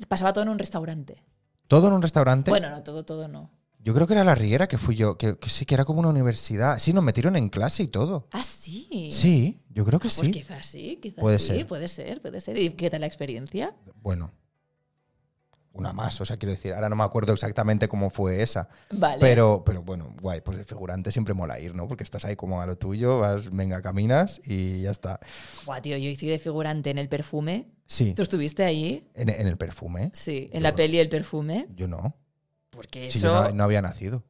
B: Pasaba todo en un restaurante.
A: Todo en un restaurante.
B: Bueno, no, todo, todo no.
A: Yo creo que era la Riera que fui yo, que, que sí, que era como una universidad. Sí, nos metieron en clase y todo.
B: Ah, sí.
A: Sí, yo creo que
B: Pues
A: sí.
B: quizás sí, quizás
A: Puede
B: sí,
A: ser.
B: puede ser, puede ser. ¿Y qué tal la experiencia?
A: Bueno, una más, o sea, quiero decir, ahora no me acuerdo exactamente cómo fue esa.
B: Vale.
A: Pero, pero bueno, guay, pues de figurante siempre mola ir, ¿no? Porque estás ahí como a lo tuyo, vas, venga, caminas y ya está.
B: Buah, tío, yo hice de figurante en el perfume.
A: Sí,
B: ¿Tú estuviste ahí?
A: en, en el perfume.
B: Sí, en
A: Yo-
B: la peli El perfume.
A: Yo no.
B: Porque
A: Si
B: eso.
A: yo no, no había nacido.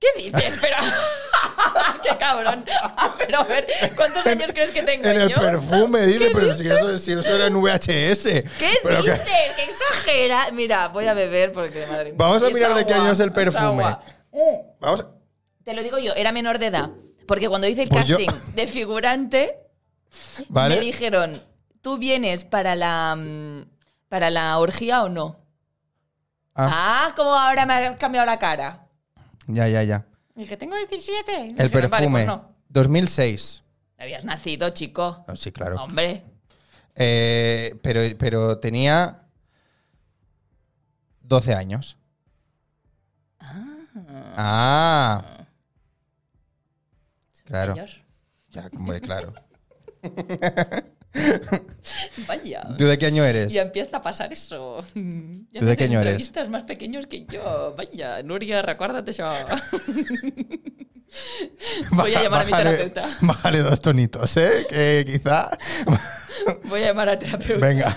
B: ¿Qué dices? Pero. ¡Qué cabrón! Pero a ver, ¿cuántos años crees que tengo
A: En el
B: yo?
A: perfume, dice, pero si eso, si eso era en VHS.
B: ¿Qué
A: Pero que-
B: dices? ¡Qué exagera! Mira, voy a beber porque madre mía.
A: Vamos a
B: Es
A: mirar de qué
B: agua,
A: año es el perfume.
B: agua. Mm.
A: Vamos a-
B: Te lo digo yo, era menor de edad. Porque cuando hice el
A: Pues yo-
B: casting de figurante,
A: ¿Vale?
B: me dijeron, ¿tú vienes para la, mm, para la orgía o no? Ah, como ahora me has cambiado la cara.
A: Ya, ya, ya.
B: Dije, tengo 17. Y
A: El
B: dijeron, "Vale,
A: perfume.
B: pues no.
A: 2006.
B: Habías nacido, chico.
A: Ah, Sí, claro.
B: Hombre.
A: Eh, pero, pero tenía 12 años. Ah. Claro.
B: mayor.
A: Ya, hombre, claro.
B: Vaya.
A: ¿Tú de qué año eres?
B: Ya empieza a pasar eso. Ya
A: ¿Tú de
B: hacen
A: qué año eres?
B: entrevistas más pequeños que yo. Vaya, Nuria, recuérdate yo. Voy a llamar a mi
A: Bájale-
B: terapeuta.
A: Bájale dos tonitos, ¿eh? Que quizá.
B: Voy a llamar a terapeuta.
A: Venga.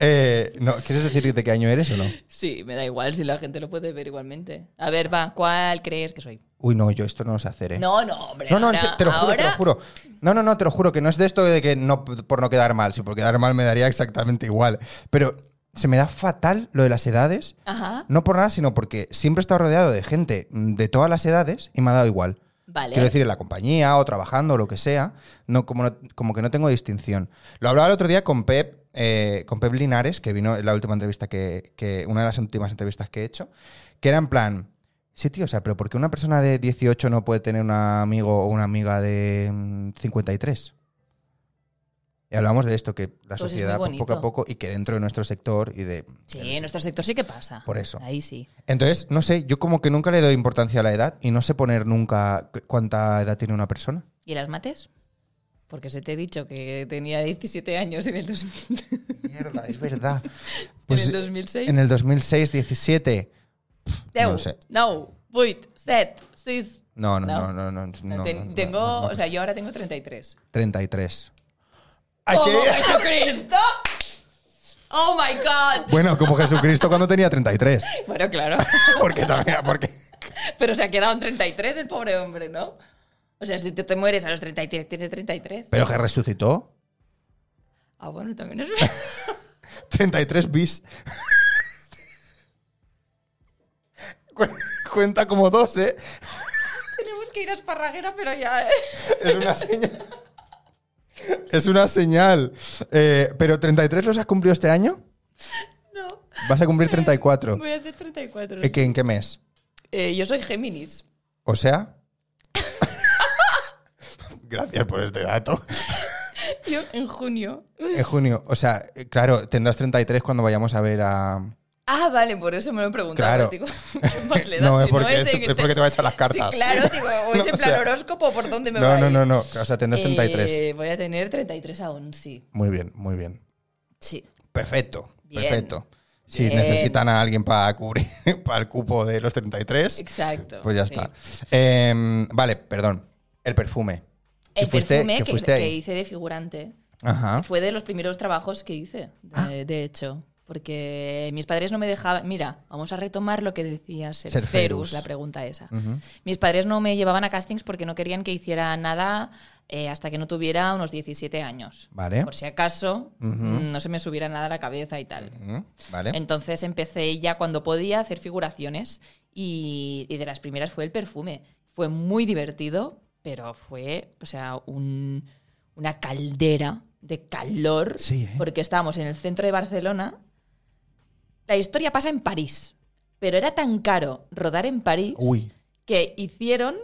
A: Eh, no, ¿Quieres decir de qué año eres o no?
B: Sí, me da igual si la gente lo puede ver igualmente. A ver, va, ¿cuál crees que soy?
A: Uy, no, yo esto no lo sé hacer, ¿eh?
B: No, no, hombre.
A: No, no, en
B: ahora-
A: serio, te lo juro, te lo
B: ahora-
A: juro. No, no, no, te lo juro, que no es de esto de que no, por no quedar mal. Si por quedar mal me daría exactamente igual. Pero se me da fatal lo de las edades.
B: Ajá.
A: No por nada, sino porque siempre he estado rodeado de gente mm, de todas las edades y me ha dado igual.
B: Vale.
A: Quiero decir, en la compañía o trabajando o lo que sea, no, como, no- como que no tengo distinción. Lo hablaba el otro día con Pep, eh, con Pep Linares, que vino en la última entrevista que, que- una de las últimas entrevistas que he hecho, que era en plan, sí, tío, o sea, pero ¿por qué una persona de 18 no puede tener un amigo o una amiga de mm, 53? Y hablamos de esto, que la
B: Pues es muy
A: sociedad pues, poco a
B: bonito.
A: poco y que dentro de nuestro sector y de...
B: Sí,
A: de
B: en nuestro sector sí que pasa.
A: Por eso.
B: Ahí sí.
A: entonces, no sé, yo como que nunca le doy importancia a la edad y no sé poner nunca cu- cuánta edad tiene una persona.
B: ¿Y las mates? Porque se te he dicho que tenía 17 años en el 2000.
A: Mierda, es verdad. Pues, eh,
B: en el 2006.
A: en el 2006, 17.
B: Deu,
A: no sé.
B: 9, 8, 7, 6.
A: No, no, no,
B: No.
A: no, no. no, no,
B: Ten-
A: no,
B: tengo,
A: no, no.
B: o sea, yo ahora tengo 33.
A: 33. Ay,
B: ¡Como
A: ¿qué?
B: Jesucristo! ¡Oh my god!
A: Bueno, como Jesucristo cuando tenía 33.
B: Bueno, claro.
A: Porque también, porque.
B: Pero se ha quedado en 33 el pobre hombre, ¿no? O sea, si tú te mueres a los 33, tienes 33.
A: Pero que resucitó.
B: Ah, bueno, también es verdad.
A: 33 bis. Cu- Cuenta como dos, ¿eh?
B: Tenemos que ir a Esparraguera, pero ya. ¿eh?
A: Es una señal. Es una señal. Eh, pero 33 los has cumplido este año.
B: No.
A: Vas a cumplir 34.
B: Voy a hacer 34.
A: ¿Eh, qué- ¿En qué mes?
B: Eh, yo soy Géminis.
A: O sea. Gracias por este dato.
B: Yo en junio.
A: En junio. O sea, eh, claro, tendrás 33 cuando vayamos a ver a.
B: Ah, vale, por eso me lo he preguntado.
A: Claro.
B: Digo, ¿qué más le da?
A: No,
B: Si
A: es porque,
B: en
A: es
B: que
A: porque te va a echar las cartas.
B: Sí, claro, digo, o
A: No,
B: es en
A: o
B: plan
A: sea,
B: horóscopo, ¿por dónde me va
A: No,
B: a
A: no,
B: ir?
A: no, no. O sea, tendrás 33.
B: Eh, voy a tener 33 aún, sí.
A: Muy bien, muy bien.
B: Sí.
A: Perfecto,
B: Bien.
A: perfecto. Si
B: Bien.
A: necesitan a alguien para cubrir para el cupo de los 33,
B: Exacto.
A: pues ya
B: sí.
A: está. Em, vale, perdón. El perfume.
B: El
A: Que fuiste-
B: perfume
A: que
B: que,
A: fuiste
B: que
A: ahí.
B: hice de figurante
A: Ajá.
B: fue de los primeros trabajos que hice, de,
A: Ah.
B: de hecho. Porque mis padres no me dejaban. Mira, vamos a retomar lo que decía
A: Ser Ferus.
B: Serferus, la pregunta esa.
A: Ujú.
B: Mis padres no me llevaban a castings porque no querían que hiciera nada eh, hasta que no tuviera unos 17 años.
A: Vale.
B: Por si acaso
A: Ujú.
B: mm, no se me subiera nada a la cabeza y tal.
A: Ujú, Mm, Vale.
B: Entonces empecé ya cuando podía a hacer figuraciones y, y de las primeras fue el perfume. Fue muy divertido, pero fue, o sea, un- una caldera de calor
A: Sí, ¿eh?
B: porque estábamos en el centro de Barcelona. La historia pasa en París, pero era tan caro rodar en París
A: Uy.
B: que hicieron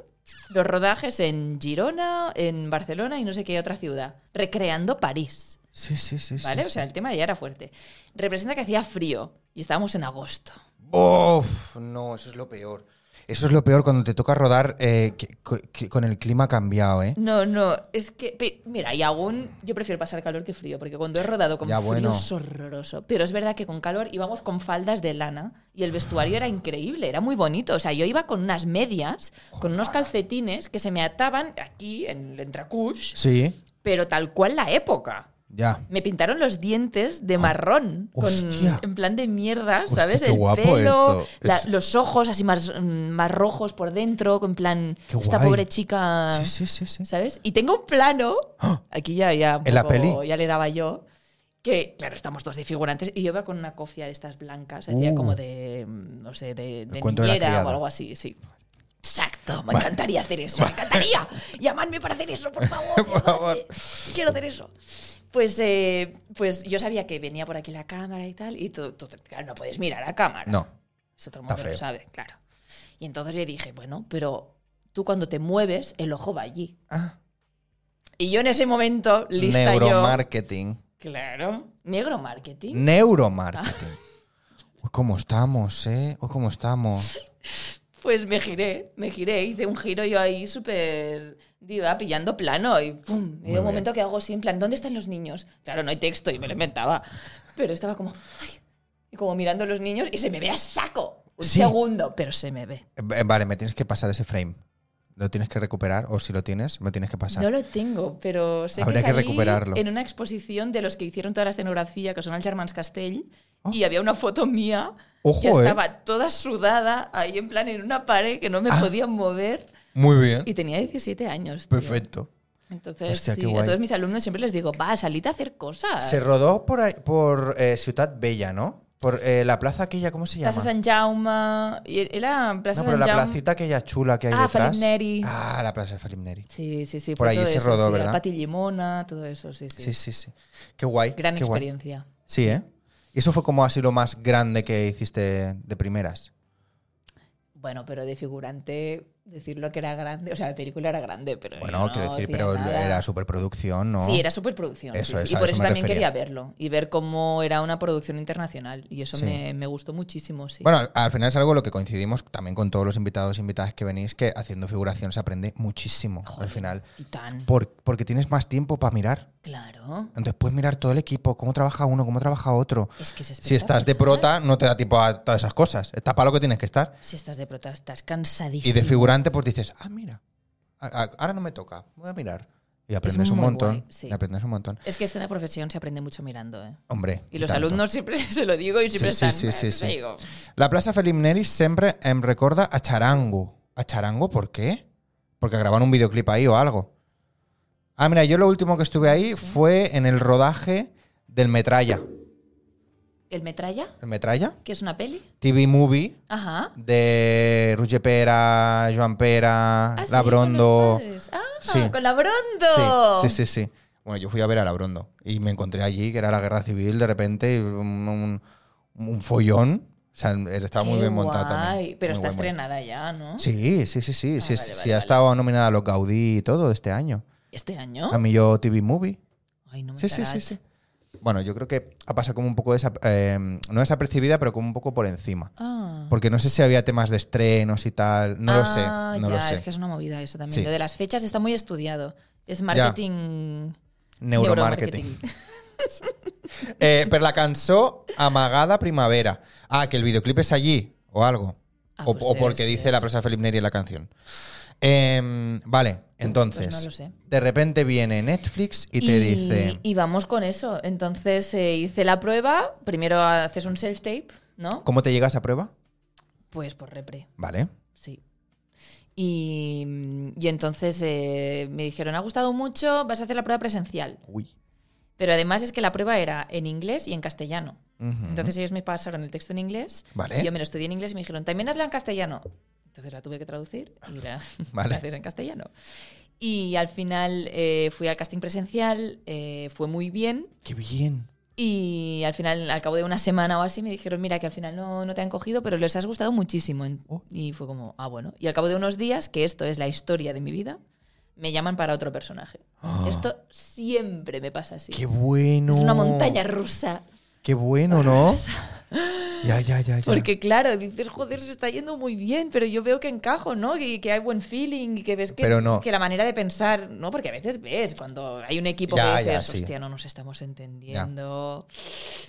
B: los rodajes en Girona, en Barcelona y no sé qué otra ciudad, recreando París.
A: Sí, sí, sí. sí,
B: ¿Vale?
A: sí.
B: O sea, el tema ya era fuerte. Representa que hacía frío y estábamos en agosto.
A: Uf, no, eso es lo peor. Eso es lo peor cuando te toca rodar eh, que- co- que- con el clima cambiado, ¿eh?
B: No, no, es que, pe- mira, y aún yo prefiero pasar calor que frío, porque cuando he rodado con
A: Ya,
B: frío
A: bueno.
B: es horroroso. Pero es verdad que con calor íbamos con faldas de lana y el vestuario era increíble, era muy bonito. O sea, yo iba con unas medias, con unos calcetines que se me ataban aquí en el entrecush,
A: Sí,
B: pero tal cual la época.
A: ya.
B: Me pintaron los dientes de marrón, con-
A: Ah, Hostia.
B: en plan de mierda,
A: Hostia,
B: ¿sabes?
A: qué
B: el
A: guapo
B: pelo,
A: esto.
B: la-
A: Es-
B: los ojos así más, mm, más rojos por dentro, con plan,
A: Qué
B: esta
A: guay.
B: pobre chica,
A: Sí, sí, sí, sí.
B: ¿sabes? Y tengo un plano, aquí ya, ya, un
A: ¿En la
B: poco-
A: peli?
B: ya le daba yo, que, claro, estamos dos de figurantes y yo iba con una cofia de estas blancas, hacía
A: Uh.
B: como de, mm, no sé, de, de
A: cuento de la
B: niñera o
A: criada.
B: algo así, sí. Exacto, me encantaría hacer eso, me encantaría. Llamadme para hacer eso, por favor.
A: Por favor.
B: llamadme. Quiero hacer eso. Pues, eh, pues yo sabía que venía por aquí la cámara y tal, y tú, tú, claro, no puedes mirar a cámara.
A: No.
B: Eso todo el
A: Está
B: mundo lo
A: feo.
B: sabe, claro. Y entonces yo dije, bueno, pero tú cuando te mueves, el ojo va allí.
A: Ah,
B: Y yo en ese momento, lista yo.
A: neuromarketing.
B: Claro. Negro marketing.
A: Neuromarketing. Uy, ¿Cómo estamos, eh? Uy, ¿Cómo estamos?
B: Pues me giré, me giré, hice un giro yo ahí súper diva, pillando plano y pum.
A: Muy
B: Y de
A: bien.
B: un momento que hago así, en plan, ¿dónde están los niños? Claro, no hay texto y me lo inventaba. Pero estaba como, ay, y como mirando a los niños y se me ve a saco. Un
A: Sí.
B: segundo, pero se me ve.
A: Eh, eh, Vale, me tienes que pasar ese frame. Lo tienes que recuperar, o si lo tienes, me lo tienes que pasar.
B: No lo tengo, pero sé
A: Habría
B: que,
A: que
B: salí
A: recuperarlo.
B: en una exposición de los que hicieron toda la escenografía, que son al Germans Castell,
A: Oh.
B: y había una foto mía que
A: Ojo, eh.
B: estaba toda sudada ahí en plan en una pared que no me
A: Ah.
B: podía mover
A: Muy bien.
B: y tenía 17 años. tío.
A: Perfecto.
B: Entonces,
A: Hostia, qué
B: sí, a
A: guay.
B: todos mis alumnos siempre les digo, va, salid a hacer cosas.
A: Se rodó por, ahí- por eh, Ciudad Bella, ¿no? Por eh, la plaza aquella, ¿cómo se llama?
B: Plaza San Jaume, y e-, era Plaza
A: no, pero
B: San
A: la
B: Jaume-
A: placita aquella chula que hay
B: Ah,
A: detrás.
B: Felip Neri.
A: Ah, la plaza de Felip Neri.
B: Sí, sí, sí.
A: Por
B: fue
A: allí
B: todo
A: se
B: eso,
A: rodó,
B: sí,
A: ¿verdad?
B: al Pati Limona, todo eso, sí, sí.
A: Sí, sí, sí. Qué guay.
B: Gran
A: qué guay.
B: experiencia.
A: Sí, ¿eh? Y eso fue como así lo más grande que hiciste de primeras.
B: Bueno, pero de figurante, decirlo que era grande, o sea, la película era grande, pero.
A: Bueno,
B: yo
A: quiero
B: no
A: decir,
B: hacía
A: pero
B: nada.
A: era superproducción, ¿no?
B: Sí, era superproducción. sí,
A: Eso
B: sí,
A: es,
B: y
A: a
B: por
A: eso
B: eso,
A: me
B: también
A: refería.
B: quería verlo y ver cómo era una producción internacional. Y eso
A: Sí.
B: me, me gustó muchísimo, sí.
A: Bueno, al, al final es algo lo que coincidimos también con todos los invitados e invitadas que venís, que haciendo figuración se aprende muchísimo al
B: Joder,
A: final.
B: Y tan.
A: Por- porque tienes más tiempo para mirar.
B: Claro.
A: Entonces puedes mirar todo el equipo, cómo trabaja uno, cómo trabaja otro.
B: Es que es
A: Si estás de prota, no te da tiempo a todas esas cosas. Está para lo que tienes que estar.
B: Si estás de prota, estás cansadísimo.
A: Y de figurante, pues dices, ah, mira, a- a- ahora no me toca, voy a mirar. Y aprendes un
B: muy
A: montón.
B: guay, sí.
A: Y aprendes un montón.
B: Es que esta en la profesión se aprende mucho mirando, ¿eh?
A: Hombre.
B: Y los
A: tanto.
B: alumnos siempre se lo digo y siempre
A: Sí, sí,
B: están.
A: sí, sí,
B: "Eh,
A: sí.
B: te digo".
A: La Plaza Felip Neri siempre em recuerda a Charango. ¿A Charango por qué? Porque grabaron un videoclip ahí o algo. Ah, mira, yo lo último que estuve ahí fue en el rodaje del Metralla.
B: El metralla,
A: ¿El Metralla?
B: que es una peli.
A: TV Movie
B: Ajá.
A: de Roger Pera, Joan Pera,
B: Ah, sí,
A: Labrondo.
B: con los padres. Ah,
A: Sí.
B: con Labrondo.
A: Sí, sí, sí, sí. Bueno, yo fui a ver a Labrondo y me encontré allí, que era la guerra civil, de repente, y un, un- un follón. O sea, estaba muy
B: Qué
A: bien montada
B: guay.
A: también.
B: Pero
A: Muy
B: está
A: buen montaje.
B: estrenada ya, ¿no?
A: Sí, sí, sí, sí.
B: Ah,
A: sí,
B: vale,
A: sí,
B: vale,
A: sí, ha
B: vale.
A: estado nominada a los Gaudí y todo este año.
B: ¿Este año?
A: A mí yo TV Movie.
B: Ay, no me
A: Sí, sí, sí,
B: cagas.
A: sí. Bueno, yo creo que ha pasado como un poco desa- eh, no desapercibida, pero como un poco por encima.
B: Ah.
A: Porque no sé si había temas de estrenos y tal. No lo sé.
B: Ah,
A: No
B: ya,
A: lo sé.
B: es que es una movida eso también.
A: Sí.
B: Lo de las fechas está muy estudiado. Es marketing.
A: Neuromarketing. Eh, pero la cansó Amagada Primavera. Ah, que el videoclip es allí o algo.
B: Ah,
A: o,
B: pues
A: o
B: debe
A: porque
B: ser.
A: dice la plaza Felip Neri en la canción. Em, vale, entonces.
B: Pues no lo sé.
A: De repente viene Netflix y te dice.
B: y vamos con eso. Entonces eh, hice la prueba. Primero haces un self-tape, ¿no?
A: ¿Cómo te llegas a prueba?
B: Pues por repre,
A: Vale.
B: sí. Y, mm, y entonces eh, me dijeron, ha gustado mucho, vas a hacer la prueba presencial.
A: Uy.
B: Pero además es que la prueba era en inglés y en castellano.
A: Ujú.
B: Entonces ellos me pasaron el texto en inglés.
A: Vale.
B: y yo me lo estudié en inglés y me dijeron, también hazla en castellano. Entonces la tuve que traducir y la,
A: Vale.
B: la haces en castellano. Y al final eh, fui al casting presencial, eh, fue muy bien.
A: Qué bien.
B: Y al final, al cabo de una semana o así, me dijeron, mira, que al final no, no te han cogido, pero les has gustado muchísimo. En-
A: Oh.
B: Y fue como, ah, bueno. Y al cabo de unos días, que esto es la historia de mi vida, me llaman para otro personaje.
A: Ah.
B: Esto siempre me pasa así.
A: Qué bueno.
B: Es una montaña rusa.
A: Qué bueno, ¿no? Ya, ya, ya, ya.
B: Porque claro, dices, joder, se está yendo muy bien, pero yo veo que encajo, ¿no? Y que hay buen feeling y que ves que,
A: Pero no.
B: que la manera de pensar, ¿no? Porque a veces ves cuando hay un equipo
A: Ya,
B: que
A: ya,
B: dices,
A: sí.
B: hostia, no nos estamos entendiendo,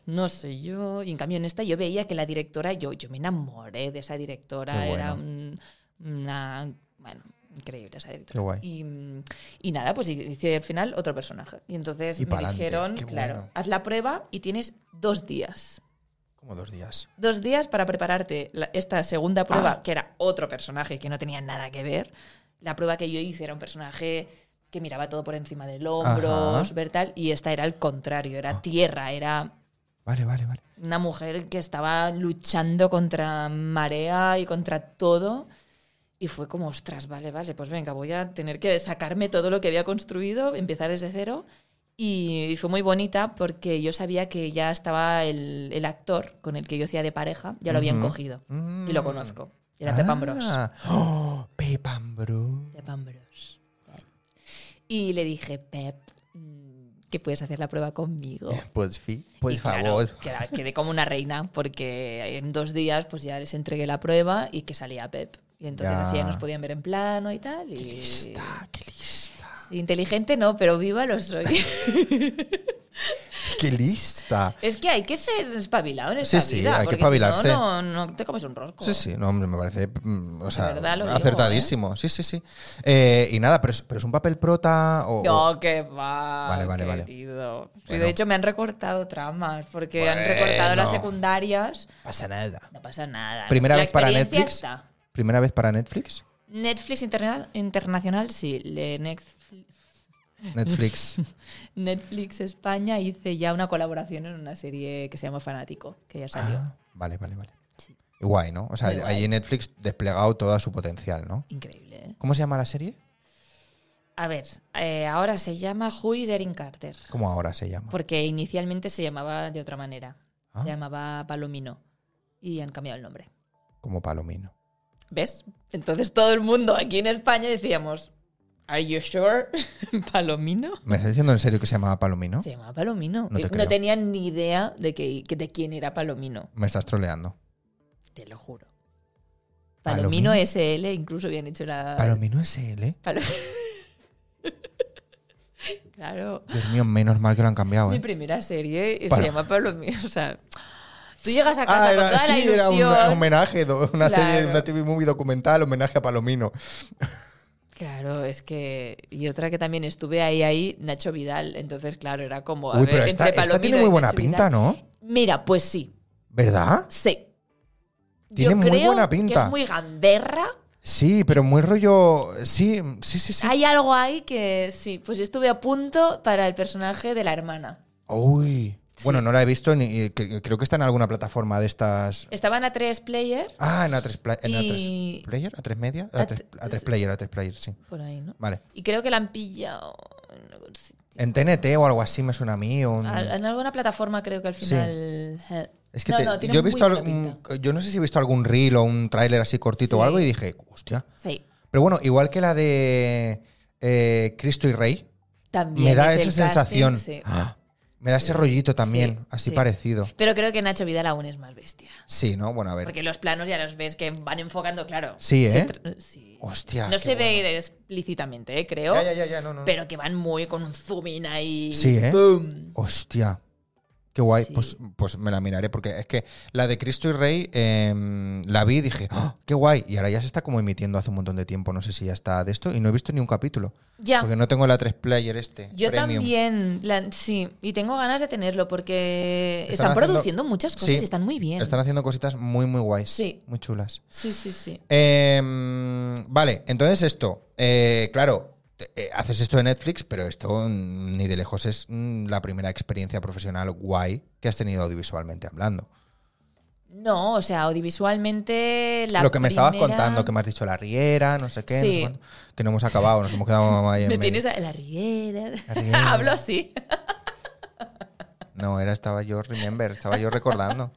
B: no sé yo. Y en cambio en esta yo veía que la directora, yo, yo me enamoré de esa directora,
A: Qué
B: era
A: bueno.
B: un- una... Bueno, increíble esa directora.
A: Qué guay.
B: Y, mm, y nada, pues hice al final otro personaje. Y entonces
A: Y
B: me
A: pa'lante,
B: dijeron,
A: qué
B: claro,
A: bueno.
B: haz la prueba y tienes dos días
A: Como dos días.
B: dos días para prepararte la- esta segunda prueba, que era otro personaje que no tenía nada que ver. La prueba que yo hice era un personaje que que miraba todo por encima del hombro,
A: Ajá.
B: ver tal, y esta era el contrario, era tierra, era
A: Vale, vale, vale.
B: una mujer que estaba luchando contra marea y contra todo. Y fue como, ostras, vale, vale, pues venga, voy a tener que sacarme todo lo que había construido, empezar desde cero. Y fue muy bonita porque yo sabía que ya estaba el, el actor con el que yo hacía de pareja, ya lo habían
A: Ujú.
B: cogido. Y lo
A: Mm.
B: conozco. Y era Pep Ambrose.
A: Ah. ¡Oh! Pep Ambrose.
B: Pep Ambrose. Y le dije, Pep, mm, que puedes hacer la prueba conmigo.
A: Pues fi, pues
B: Y claro,
A: favor.
B: queda- quedé como una reina porque en dos días pues ya les entregué la prueba y que salía Pep. Y entonces
A: Ya.
B: así ya nos podían ver en plano y tal. Y...
A: Lista, qué lista.
B: Sí, Inteligente no, pero viva lo soy.
A: Qué lista.
B: es que hay que ser espabilado en
A: Sí,
B: esta
A: sí,
B: vida.
A: hay que
B: porque si
A: espabilarse.
B: no, no, no te comes un rosco.
A: Sí, sí, no, hombre, me parece, mm, o sea,
B: verdad lo digo,
A: acertadísimo. Sí, sí, sí. Eh, y nada, pero es, pero es un papel prota o... o-
B: No, que va.
A: Vale, vale, vale.
B: querido. Sí,
A: Bueno.
B: de hecho, me han recortado tramas porque han
A: Bueno.
B: recortado las secundarias.
A: pasa nada.
B: No pasa nada.
A: Primera
B: La
A: vez para
B: experiencia
A: Netflix.
B: está.
A: Primera vez para Netflix.
B: Netflix interna- Internacional, sí. Le- Netflix,
A: Netflix.
B: Netflix España hice ya una colaboración en una serie que se llama Fanático, que ya salió.
A: Ah, vale, vale, vale.
B: Sí.
A: Y Guay, ¿no? O sea,
B: Muy guay.
A: ahí Netflix desplegado toda su potencial, ¿no?
B: Increíble, ¿eh?
A: ¿Cómo se llama la serie?
B: A ver, eh, ahora se llama Who is Erin Carter,
A: ¿Cómo ahora se llama?
B: porque inicialmente se llamaba de otra manera.
A: Ah.
B: Pues Se llamaba Palomino y han cambiado el nombre.
A: Como Palomino.
B: ¿Ves? Entonces todo el mundo aquí en España decíamos, ¿Are you sure? ¿Palomino?
A: ¿Me estás diciendo en serio que se llamaba Palomino?
B: Se llamaba Palomino.
A: No te
B: Eh,
A: creo.
B: tenían ni idea de, que, que- de quién era Palomino.
A: Me estás troleando.
B: Te lo juro.
A: ¿Palomino?
B: Palomino, SL, incluso habían hecho la.
A: Palomino ¿eh? SL.
B: Palo- claro.
A: Dios mío, menos mal que lo han cambiado,
B: Mi
A: ¿eh?
B: primera serie eh,
A: Palo-
B: se llama Palomino. O sea, tú llegas a casa con toda la
A: sí, Ah, era
B: ilusión.
A: un homenaje, do- una serie,
B: Claro.
A: una TV movie documental, homenaje a Palomino.
B: Claro, es que. Y otra que también estuve ahí, ahí, Nacho Vidal. Entonces, claro, era como. a
A: Uy,
B: ver,
A: pero esta, esta
B: entre Palomino
A: tiene
B: y
A: muy buena
B: Nacho
A: pinta,
B: Vidal.
A: ¿no?
B: Mira, pues sí.
A: ¿Verdad?
B: Sí.
A: Tiene muy buena
B: Que
A: pinta.
B: es muy gamberra.
A: Sí, pero muy rollo. Sí, sí, sí, sí.
B: Hay algo ahí que sí, pues yo estuve a punto para el personaje de la hermana.
A: Uy. Bueno, no la he visto ni. eh, cre- Creo que está en alguna plataforma de estas.
B: Estaban a tres player.
A: Ah, en A3 pla- en
B: Y-
A: A3 Player, A3 Media,
B: A-
A: A3 A3 Player, A3 Player, sí.
B: Por ahí, ¿no?
A: Vale.
B: Y creo que la han pillado en algún sitio.
A: En TNT o algo así me suena a mí. o un-
B: Al- En alguna plataforma creo que al final. eh.
A: Mm. Es que
B: No,
A: te-
B: no, tiene
A: yo he
B: muy
A: visto
B: buena
A: algún-
B: pinta.
A: yo no sé si he visto algún reel o un tráiler así cortito o
B: Sí.
A: algo y dije, hostia.
B: Sí,
A: Pero bueno, igual que la de eh, Cristo y Rey,
B: también.
A: me da
B: hice
A: esa
B: el casting,
A: sensación.
B: sí.
A: ¡Ah! Me da ese rollito también,
B: Sí,
A: así
B: sí.
A: parecido.
B: Pero creo que Nacho Vidal aún es más bestia.
A: Sí, ¿no? Bueno, a ver.
B: Porque los planos ya los ves que van enfocando, claro.
A: Sí,
B: Se
A: ¿eh?
B: tra- sí.
A: Hostia.
B: No
A: qué
B: se
A: bueno.
B: ve explícitamente, eh, creo.
A: Ya, ya, ya, ya, no, no.
B: Pero que van muy con un zoom in ahí.
A: Sí, ¿eh?
B: ¡Boom!
A: Hostia. Qué guay.
B: Sí.
A: Pues, pues me la miraré, porque es que la de Cristo y Rey em, la vi y dije, ¡Ah, qué guay. Y ahora ya se está como emitiendo hace un montón de tiempo. No sé si ya está de esto y no he visto ni un capítulo.
B: Ya.
A: Porque no tengo el A3 Player este.
B: Yo
A: premium.
B: también, la- sí, y tengo ganas de tenerlo porque están,
A: haciendo-
B: produciendo muchas cosas
A: Sí.
B: y están muy bien.
A: Están haciendo cositas muy, muy guays.
B: Sí.
A: Muy chulas.
B: Sí, sí, sí.
A: Em, vale, entonces esto. eh, claro, te- eh, haces esto de Netflix, pero esto mm, ni de lejos es mm, la primera experiencia profesional guay que has tenido audiovisualmente hablando.
B: No, o sea, audiovisualmente la
A: Lo que me estabas
B: primera-
A: contando, que me has dicho la riera, no sé qué, no sé
B: Sí.
A: cuánto, que no hemos acabado, nos hemos quedado mamá ahí en
B: me
A: medio.
B: tienes a la riera.
A: La riera.
B: Hablo así.
A: No, era, estaba yo, remember, estaba yo recordando.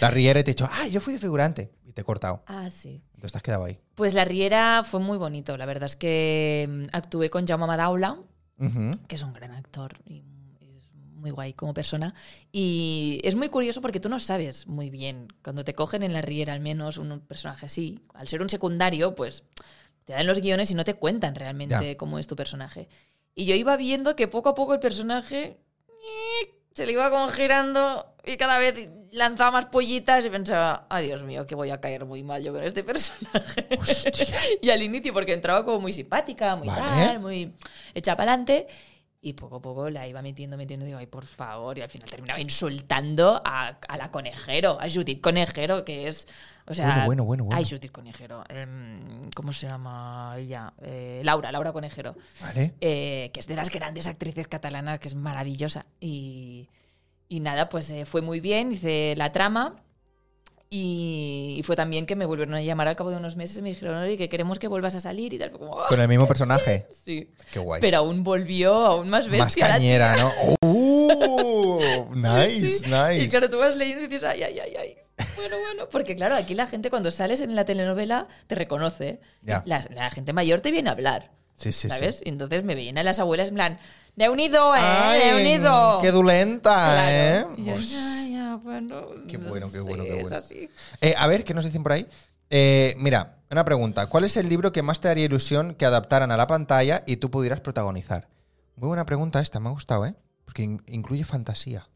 A: La riera y te he dicho, ah, yo fui de figurante. Y te he cortado.
B: Ah, sí.
A: Entonces te has quedado ahí.
B: Pues la riera fue muy bonito. La verdad es que mm, actué con Jaume Madaula,
A: Ujú.
B: que es un gran actor y es muy guay como persona. Y es muy curioso porque tú no sabes muy bien. Cuando te cogen en la riera, al menos un personaje así, al ser un secundario, pues te dan los guiones y no te cuentan realmente
A: Ya.
B: cómo es tu personaje. Y yo iba viendo que poco a poco el personaje eh, se le iba como girando y cada vez lanzaba más pollitas y pensaba, ay Dios mío, que voy a caer muy mal yo con este personaje.
A: Hostia.
B: Y al inicio, porque entraba como muy simpática, muy
A: Vale.
B: tal, muy hecha para adelante. Y poco a poco la iba metiendo, metiendo, digo, ay, por favor. Y al final terminaba insultando a, a la conejero, a Judith Conejero, que es. O sea,
A: Bueno, bueno, bueno, bueno.
B: Ay, Judith Conejero. em, ¿Cómo se llama ella? Eh, Laura, Laura Conejero.
A: Vale.
B: eh, que es de las grandes actrices catalanas, que es maravillosa. Y, y nada, pues eh, fue muy bien, hice la trama. Y, y fue también que me volvieron a llamar al cabo de unos meses y me dijeron, oye, que queremos que vuelvas a salir y tal. Fue como, "Ah,
A: Con el mismo personaje.
B: sí.
A: Qué guay.
B: Pero aún volvió, aún más
A: Más
B: bestia. la tía.
A: cañera, ¿no? ¡Uh!
B: Sí.
A: Nice,
B: Y
A: nice.
B: claro, tú vas leyendo y dices, ay, ay, ay, ay. Bueno, bueno, porque claro, aquí la gente cuando sales en la telenovela te reconoce.
A: Ya.
B: La, la gente mayor te viene a hablar.
A: Sí, sí,
B: ¿Sabes?
A: sí.
B: Y Entonces me veían a las abuelas en plan, de unido, eh, de
A: Ay,
B: unido.
A: ¡Qué
B: Claro.
A: dulenta, eh!
B: Y yo,
A: Hostia.
B: ya, ya, bueno.
A: Qué
B: no
A: bueno, qué
B: sé,
A: bueno, qué
B: es
A: bueno.
B: así.
A: Eh, a ver, ¿qué nos dicen por ahí? Eh, mira, una pregunta. ¿Cuál es el libro que más te haría ilusión que adaptaran a la pantalla y tú pudieras protagonizar? Muy buena pregunta esta, me ha gustado, ¿eh? Porque in- incluye fantasía.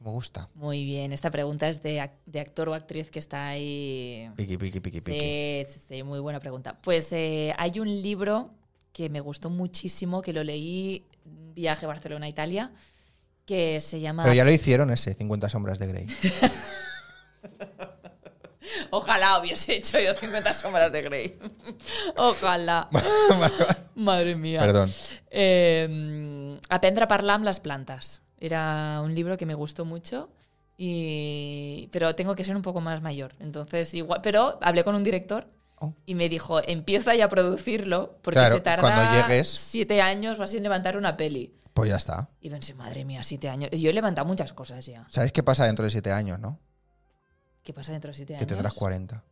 A: Me gusta.
B: Muy bien, esta pregunta es de, ac- de actor o actriz que está ahí.
A: Piqui, piqui, piqui, piqui.
B: Sí, sí, sí, muy buena pregunta. Pues eh, hay un libro que me gustó muchísimo, que lo leí viaje Barcelona-Italia, que se llama...
A: Pero ya lo hicieron ese, 50 sombras de Grey.
B: Ojalá hubiese hecho yo 50 sombras de Grey. Ojalá. Madre mía.
A: Perdón.
B: Eh, Aprendre a parlar amb les plantes. Era un libro que me gustó mucho. Y, pero tengo que ser un poco más mayor. Entonces, igual, pero hablé con un director
A: Oh.
B: y me dijo, empieza ya a producirlo porque
A: Claro,
B: se tarda
A: cuando llegues.
B: siete años o así en levantar una peli.
A: Pues ya está.
B: Y pensé, madre mía, siete años. Yo he levantado muchas cosas ya.
A: ¿Sabes qué pasa dentro de 7 años, no?
B: ¿Qué pasa dentro de siete
A: Que
B: años?
A: tendrás 40.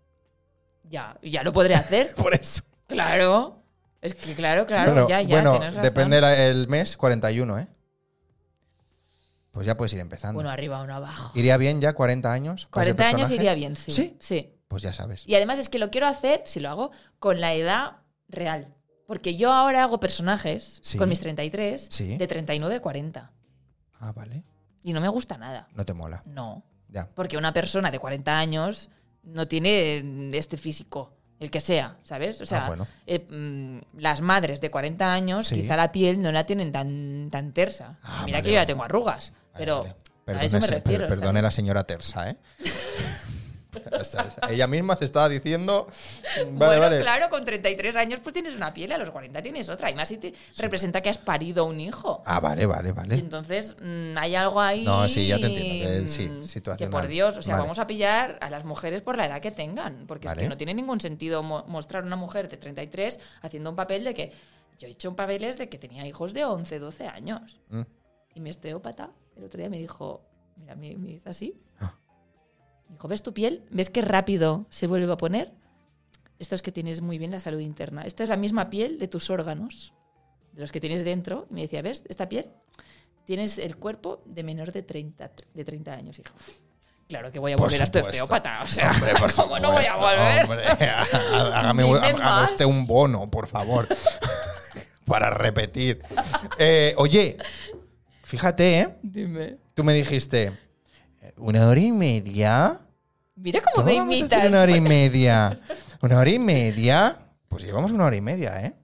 B: Ya, ya lo podré hacer.
A: Por eso.
B: claro. Es que claro, claro,
A: bueno,
B: ya, ya.
A: bueno
B: tienes razón.
A: depende la- el mes, 41, ¿eh? Pues ya puedes ir empezando.
B: Bueno, arriba o no abajo.
A: ¿Iría bien ya 40 años? con ese
B: 40 años
A: personaje?
B: iría bien, sí.
A: ¿Sí?
B: Sí.
A: Pues ya sabes.
B: Y además es que lo quiero hacer, si lo hago, con la edad real. Porque yo ahora hago personajes
A: Sí.
B: con mis 33
A: Sí.
B: de 39 a 40.
A: Ah, vale.
B: Y no me gusta nada.
A: No te mola.
B: No.
A: Ya.
B: Porque una persona de 40 años no tiene eh, este físico, el que sea, ¿sabes? O sea,
A: Ah, bueno.
B: eh, mm, las madres de 40 años
A: Sí.
B: quizá la piel no la tienen tan, tan tersa.
A: Ah,
B: Mira
A: vale,
B: que yo ya
A: vale.
B: tengo arrugas, pero
A: Vale,
B: a eso me
A: se- per-
B: refiero.
A: perdone
B: ¿sabes?
A: la señora Tersa, ¿eh? Pero, o sea, Ella misma se estaba diciendo. Vale,
B: bueno,
A: vale.
B: claro, con 33 años pues tienes una piel, a los 40 tienes otra. Y más si te representa que has parido un hijo.
A: Ah, vale, vale,
B: Y
A: vale.
B: entonces mm, hay algo ahí.
A: No, sí, ya te entiendo, que
B: mm,
A: sí,
B: que
A: situacional.
B: por Dios, o sea,
A: Vale.
B: vamos a pillar a las mujeres por la edad que tengan. Porque es
A: Vale.
B: que no tiene ningún sentido mo- mostrar una mujer de 33 haciendo un papel de que. Yo he hecho papeles de que tenía hijos de 11, 12 años.
A: Mm.
B: Y mi osteópata el otro día me dijo: Mira, me, me hizo así.
A: Ah.
B: Me dijo: ¿Ves tu piel? ¿Ves qué rápido se vuelve a poner? Esto es que tienes muy bien la salud interna. Esta es la misma piel de tus órganos, de los que tienes dentro. Y me decía, ¿ves esta piel? Tienes el cuerpo de menor de 30, de 30 años, hijo. Claro que voy a
A: Por
B: volver a este
A: supuesto.
B: osteópata. O sea,
A: Pues, Hombre, por
B: ¿cómo no voy a
A: supuesto,
B: volver?
A: hombre. hágame,
B: Dime
A: hágame
B: más.
A: usted un bono, por favor. para repetir. Eh, oye, fíjate, ¿eh?
B: Dime.
A: Tú me dijiste. eh, Una hora y media.
B: Mira cómo
A: ¿Cómo
B: me
A: vamos a hacer
B: imitas.
A: una hora y media? ¿Una hora y media? Pues llevamos una hora y media, ¿eh?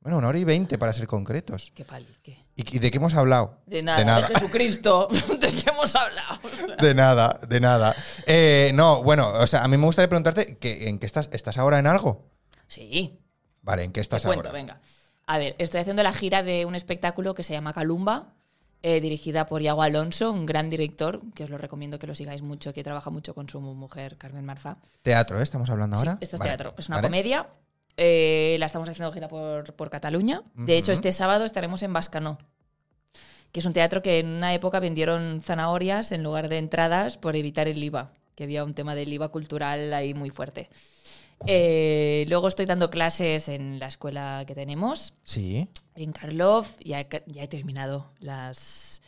A: Bueno, una hora y veinte para ser concretos.
B: Qué pali, qué.
A: ¿Y y de qué hemos hablado?
B: De nada,
A: De
B: de,
A: nada,
B: Jesucristo. ¿De qué hemos hablado?
A: de nada. de nada. Eh, no, bueno, o sea, a mí me gustaría preguntarte que, en qué estás. ¿Estás ahora en algo?
B: Sí,
A: Vale, ¿en qué
B: Te
A: estás
B: cuento,
A: ahora?
B: venga. A ver, estoy haciendo la gira de un espectáculo que se llama Calumba, eh, dirigida por Iago Alonso, un gran director, que os lo recomiendo que lo sigáis mucho, que trabaja mucho con su mujer, Carmen Marza.
A: Teatro, ¿eh? Estamos hablando ahora.
B: Sí, esto es
A: Vale,
B: teatro, es una
A: vale.
B: comedia. eh, la estamos haciendo gira por, por Cataluña. De hecho,
A: Ujú.
B: este sábado estaremos en Vascanó, que es un teatro que en una época vendieron zanahorias en lugar de entradas por evitar el IVA, que había un tema del IVA cultural ahí muy fuerte. Eh, luego estoy dando clases en la escuela que tenemos,
A: Sí.
B: en Karlov, ya he, ca- ya he terminado las,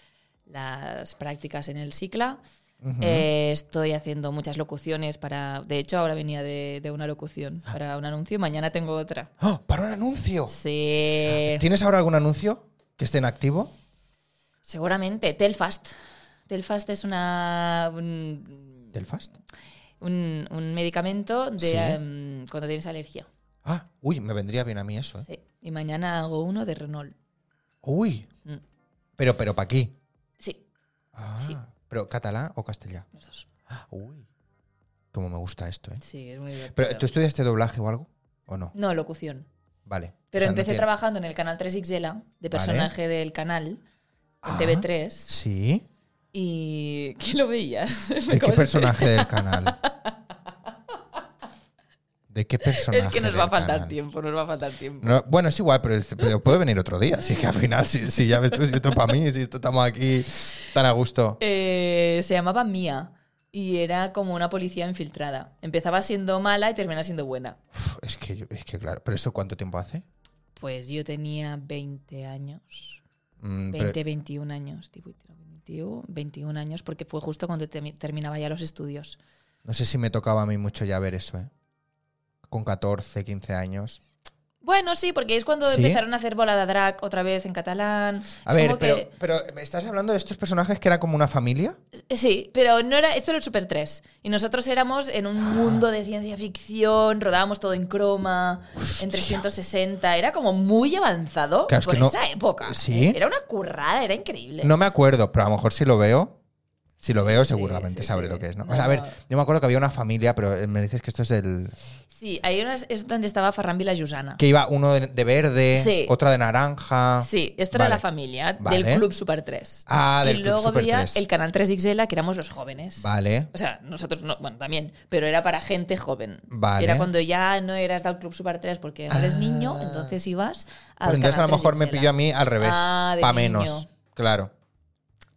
B: las prácticas en el cicla.
A: Ujú.
B: Eh, estoy haciendo muchas locuciones para. De hecho, ahora venía de, de una locución para un anuncio y mañana tengo otra.
A: ¡Oh, ¡Para un anuncio!
B: Sí.
A: ¿Tienes ahora algún anuncio que esté en activo?
B: Seguramente. Telfast. Telfast es una. Un,
A: ¿Del Fast?
B: un- un medicamento de
A: Sí.
B: em, cuando tienes alergia.
A: Ah, uy, me vendría bien a mí eso, ¿eh?
B: Sí. Y mañana hago uno de Renault.
A: Uy,
B: Mm.
A: Pero, pero, pa' aquí.
B: Sí,
A: Ah,
B: Sí.
A: ¿Pero catalán o castellano? Ah,
B: los dos.
A: Uy. Cómo me gusta esto, ¿eh?
B: Sí, es muy divertido.
A: ¿Pero tú estudiaste doblaje o algo? ¿O no?
B: No, locución.
A: Vale.
B: Pero
A: O sea, no
B: empecé
A: tiene-
B: trabajando en el canal 3XL, de personaje del canal, en
A: Ah.
B: TV3.
A: Sí.
B: ¿Y qué lo veías?
A: ¿De
B: Me
A: qué
B: acabas de-
A: personaje del canal? ¿De qué personaje?
B: Es que nos va a
A: del
B: faltar
A: canal?
B: tiempo, nos va a faltar tiempo.
A: No, bueno, es igual, pero, es- pero puede venir otro día. Así que al final, si, si ya ves tú, si esto para mí, si esto estamos aquí tan a gusto.
B: Eh, se llamaba Mía y era como una policía infiltrada. Empezaba siendo mala y terminaba siendo buena.
A: Uf, es, que, yo- es que claro. ¿Pero eso cuánto tiempo hace?
B: Pues yo tenía 20 años.
A: Mm, pero-
B: 20, 21 años. 18, 21, 21 años, porque fue justo cuando te- terminaba ya los estudios.
A: no sé si me tocaba a mí mucho ya ver eso, ¿eh? Con 14, 15 años.
B: Bueno, sí, porque es cuando
A: ¿Sí?
B: empezaron a hacer bola de drag otra vez en catalán.
A: A
B: Es
A: ver,
B: como
A: pero,
B: que-
A: pero ¿me estás hablando de estos personajes que era como una familia?
B: Sí, pero no era, esto era el Super 3. Y nosotros éramos en un mundo de ciencia ficción, rodábamos todo en croma, en 360. Era como muy avanzado
A: Claro, es
B: por
A: que no-
B: esa época. Eh,
A: ¿Sí?
B: Era una currada, era increíble.
A: No me acuerdo, pero a lo mejor si lo veo, si lo veo seguramente
B: sí,
A: sabré
B: sí.
A: lo que es, ¿no?
B: No,
A: O sea, a ver,
B: no.
A: yo me acuerdo que había una familia, pero eh, me dices que esto es el...
B: Sí, ahí una- es donde estaba Ferran Vilajusana.
A: Que iba uno de, de verde,
B: Sí.
A: otra de naranja...
B: Sí, esto
A: Vale.
B: era la familia
A: Vale.
B: del Club Super 3.
A: Ah, del
B: y
A: Club
B: luego
A: Super
B: había
A: 3.
B: el Ah, Canal 3XL, que éramos los jóvenes.
A: Vale.
B: O sea, nosotros no, bueno, también, pero era para gente joven.
A: Vale.
B: Era cuando ya no eras del Club Super 3 porque no eres
A: Ah.
B: niño, entonces ibas al
A: Pues entonces a lo
B: Canal
A: mejor me
B: 3XL.
A: pilló a mí al revés,
B: Ah, de
A: pa'
B: niño.
A: menos. Claro.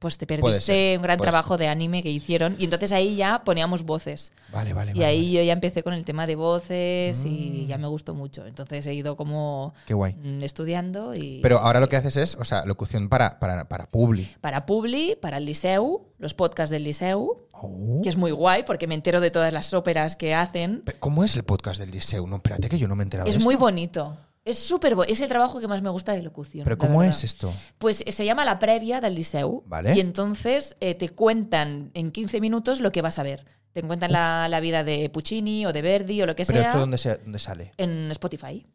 B: Pues te
A: Puede
B: perdiste
A: ser,
B: un gran
A: puede
B: trabajo de anime que hicieron y entonces ahí ya poníamos voces.
A: Vale, vale.
B: Y
A: vale,
B: ahí
A: vale.
B: yo ya empecé con el tema de voces y
A: Mm.
B: ya me gustó mucho. Entonces he ido como
A: Qué guay.
B: mm, estudiando y
A: Pero ahora lo que haces es, o sea, locución para, para, para Publi.
B: para Publi, para el Liceu, los podcasts del Liceu,
A: Oh.
B: que es muy guay porque me entero de todas las óperas que hacen.
A: Pe- ¿Cómo es el podcast del Liceu? No, espérate que yo no me he enterado de
B: Es
A: esto.
B: muy bonito. Es súper bo- Es el trabajo que más me gusta de locución.
A: ¿Pero
B: la
A: cómo
B: verdad.
A: es esto?
B: Pues eh, se llama la previa del Liceu.
A: Vale.
B: Y entonces eh, te cuentan en 15 minutos lo que vas a ver. Te cuentan la, la vida de Puccini o de Verdi o lo que
A: ¿Pero
B: sea.
A: esto dónde, se- dónde sale?
B: En Spotify.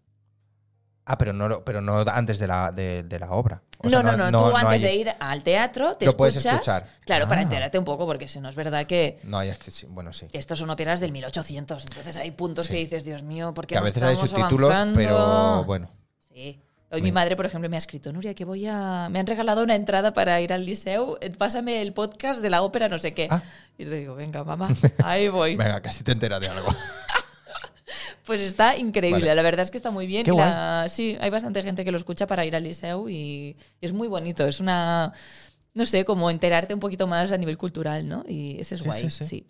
A: Ah, pero no, lo- pero no antes de la, de, de la obra. O sea,
B: no, no, no, Tú antes
A: hay-
B: de ir al teatro te
A: Lo puedes
B: escuchas.
A: escuchar.
B: Claro, para
A: Ah.
B: enterarte un poco, porque si no es verdad que.
A: No, ya es que sí, bueno, sí.
B: Estos son óperas del 1800, entonces hay puntos
A: Sí.
B: que dices, Dios mío, porque
A: Que a veces hay subtítulos, pero bueno.
B: Sí. Hoy
A: Muy-
B: mi madre, por ejemplo, me ha escrito, Nuria, que voy a... Me han regalado una entrada para ir al liceu, eh, pásame el podcast de la ópera no sé qué.
A: Ah.
B: Y te digo, venga, mamá, ahí voy.
A: Venga, casi te enteras de algo.
B: pues está increíble,
A: Vale.
B: la verdad es que está muy bien.
A: Qué
B: y la- Sí, hay bastante gente que lo escucha para ir al liceu y es muy bonito, es una... No sé, como enterarte un poquito más a nivel cultural, ¿no? Y ese es
A: Sí, sí,
B: guay,
A: sí.
B: sí.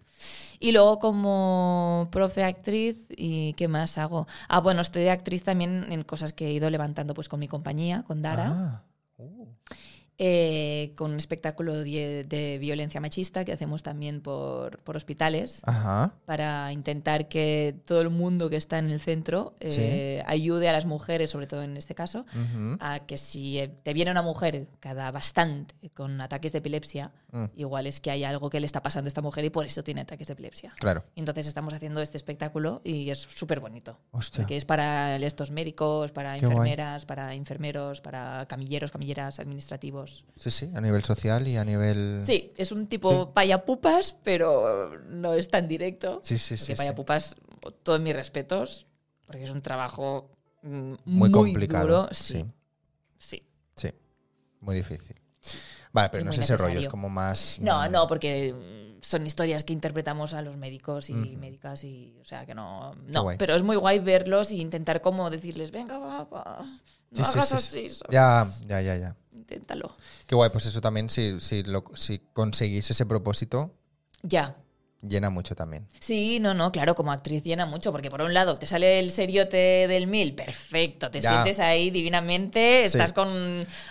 B: Y luego como profe actriz y qué más hago. Ah, bueno, estoy de actriz también en cosas que he ido levantando pues con mi compañía, con Dara.
A: Ah, uh,
B: eh, con un espectáculo de, de violencia machista que hacemos también por, por hospitales
A: ajá.
B: para intentar que todo el mundo que está en el centro eh, ayude a las mujeres, sobre todo en este caso,
A: ujú,
B: a que si eh, te viene una mujer cada bastante con ataques de epilepsia,
A: mm,
B: igual es que hay algo que le está pasando a esta mujer y por eso tiene ataques de epilepsia.
A: Claro.
B: Entonces estamos haciendo este espectáculo y es súper bonito.
A: Hostia.
B: Porque es para estos médicos, para
A: Qué guay.
B: enfermeras, para enfermeros, para camilleros, camilleras, administrativos.
A: Sí, sí, a nivel social y a nivel.
B: Sí, es un tipo
A: Sí.
B: payapupas, pero no es tan directo.
A: Sí, sí, sí,
B: Porque
A: sí.
B: payapupas, todos mis respetos, porque es un trabajo mm,
A: Muy,
B: muy,
A: complicado.
B: duro.
A: sí.
B: Sí, sí.
A: sí, Muy difícil. Vale, pero
B: Y
A: no
B: muy
A: es ese rollo, es
B: necesario.
A: como más.
B: No,
A: mm,
B: no, porque mm, son historias que interpretamos a los médicos y
A: Ujú.
B: médicas y, o sea, que no,
A: Qué
B: no.
A: guay.
B: Pero es muy guay verlos y intentar como decirles, venga, va, va, no
A: Sí, sí,
B: hagas
A: sí,
B: así,
A: sí.
B: ¿sabes?
A: Ya, ya, ya, ya.
B: inténtalo.
A: Qué guay, pues eso también, si, si, lo- si conseguís ese propósito,
B: Ya,
A: llena mucho también.
B: Sí, no, no, claro, como actriz llena mucho, porque por un lado te sale el seriote del mil, perfecto, te
A: Ya.
B: sientes ahí divinamente,
A: Sí.
B: estás con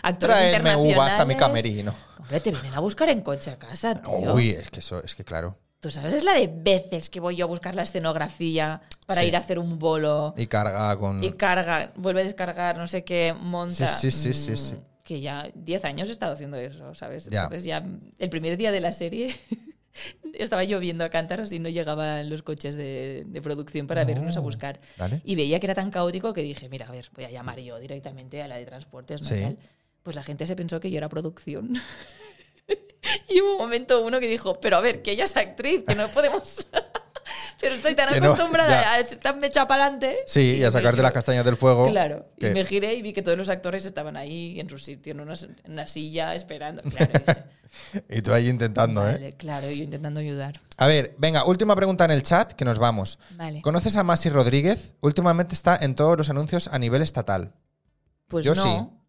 B: actores
A: Traedme
B: internacionales.
A: uvas a mi camerino.
B: Hombre, te vienen a buscar en coche a casa, tío.
A: Uy, es que eso, es que claro.
B: Tú sabes es la de veces que voy yo a buscar la escenografía para
A: Sí.
B: ir a hacer un bolo
A: Y carga con.
B: y carga, vuelve a descargar, no sé qué, monta.
A: Sí, sí, sí, sí,
B: Mm,
A: sí.
B: Que ya 10 años he estado haciendo eso, ¿sabes?
A: Ya.
B: Entonces ya mm, el primer día de la serie estaba lloviendo a cántaros y no llegaban los coches de, de producción para
A: No.
B: venirnos a buscar.
A: Oh, Vale.
B: Y veía que era tan caótico que dije, mira, a ver, voy a llamar yo directamente a la de transportes. ¿no?
A: Sí.
B: Tal. pues la gente se pensó que yo era producción. y hubo un momento uno que dijo, pero a ver, que ella es actriz, que no podemos... pero estoy tan
A: Que no,
B: acostumbrada
A: ya.
B: a estarme hecha pa'lante.
A: Sí, y a
B: me
A: sacarte las
B: giré.
A: castañas del fuego.
B: Claro,
A: que-
B: y me giré y vi que todos los actores estaban ahí en su sitio, en una, en una silla, esperando. Claro, dije,
A: Y tú ahí intentando, ¿eh?
B: vale, claro, yo intentando ayudar.
A: A ver, venga, última pregunta en el chat, que nos vamos.
B: Vale.
A: ¿Conoces a Masi Rodríguez? Últimamente está en todos los anuncios a nivel estatal.
B: Pues
A: Yo
B: no.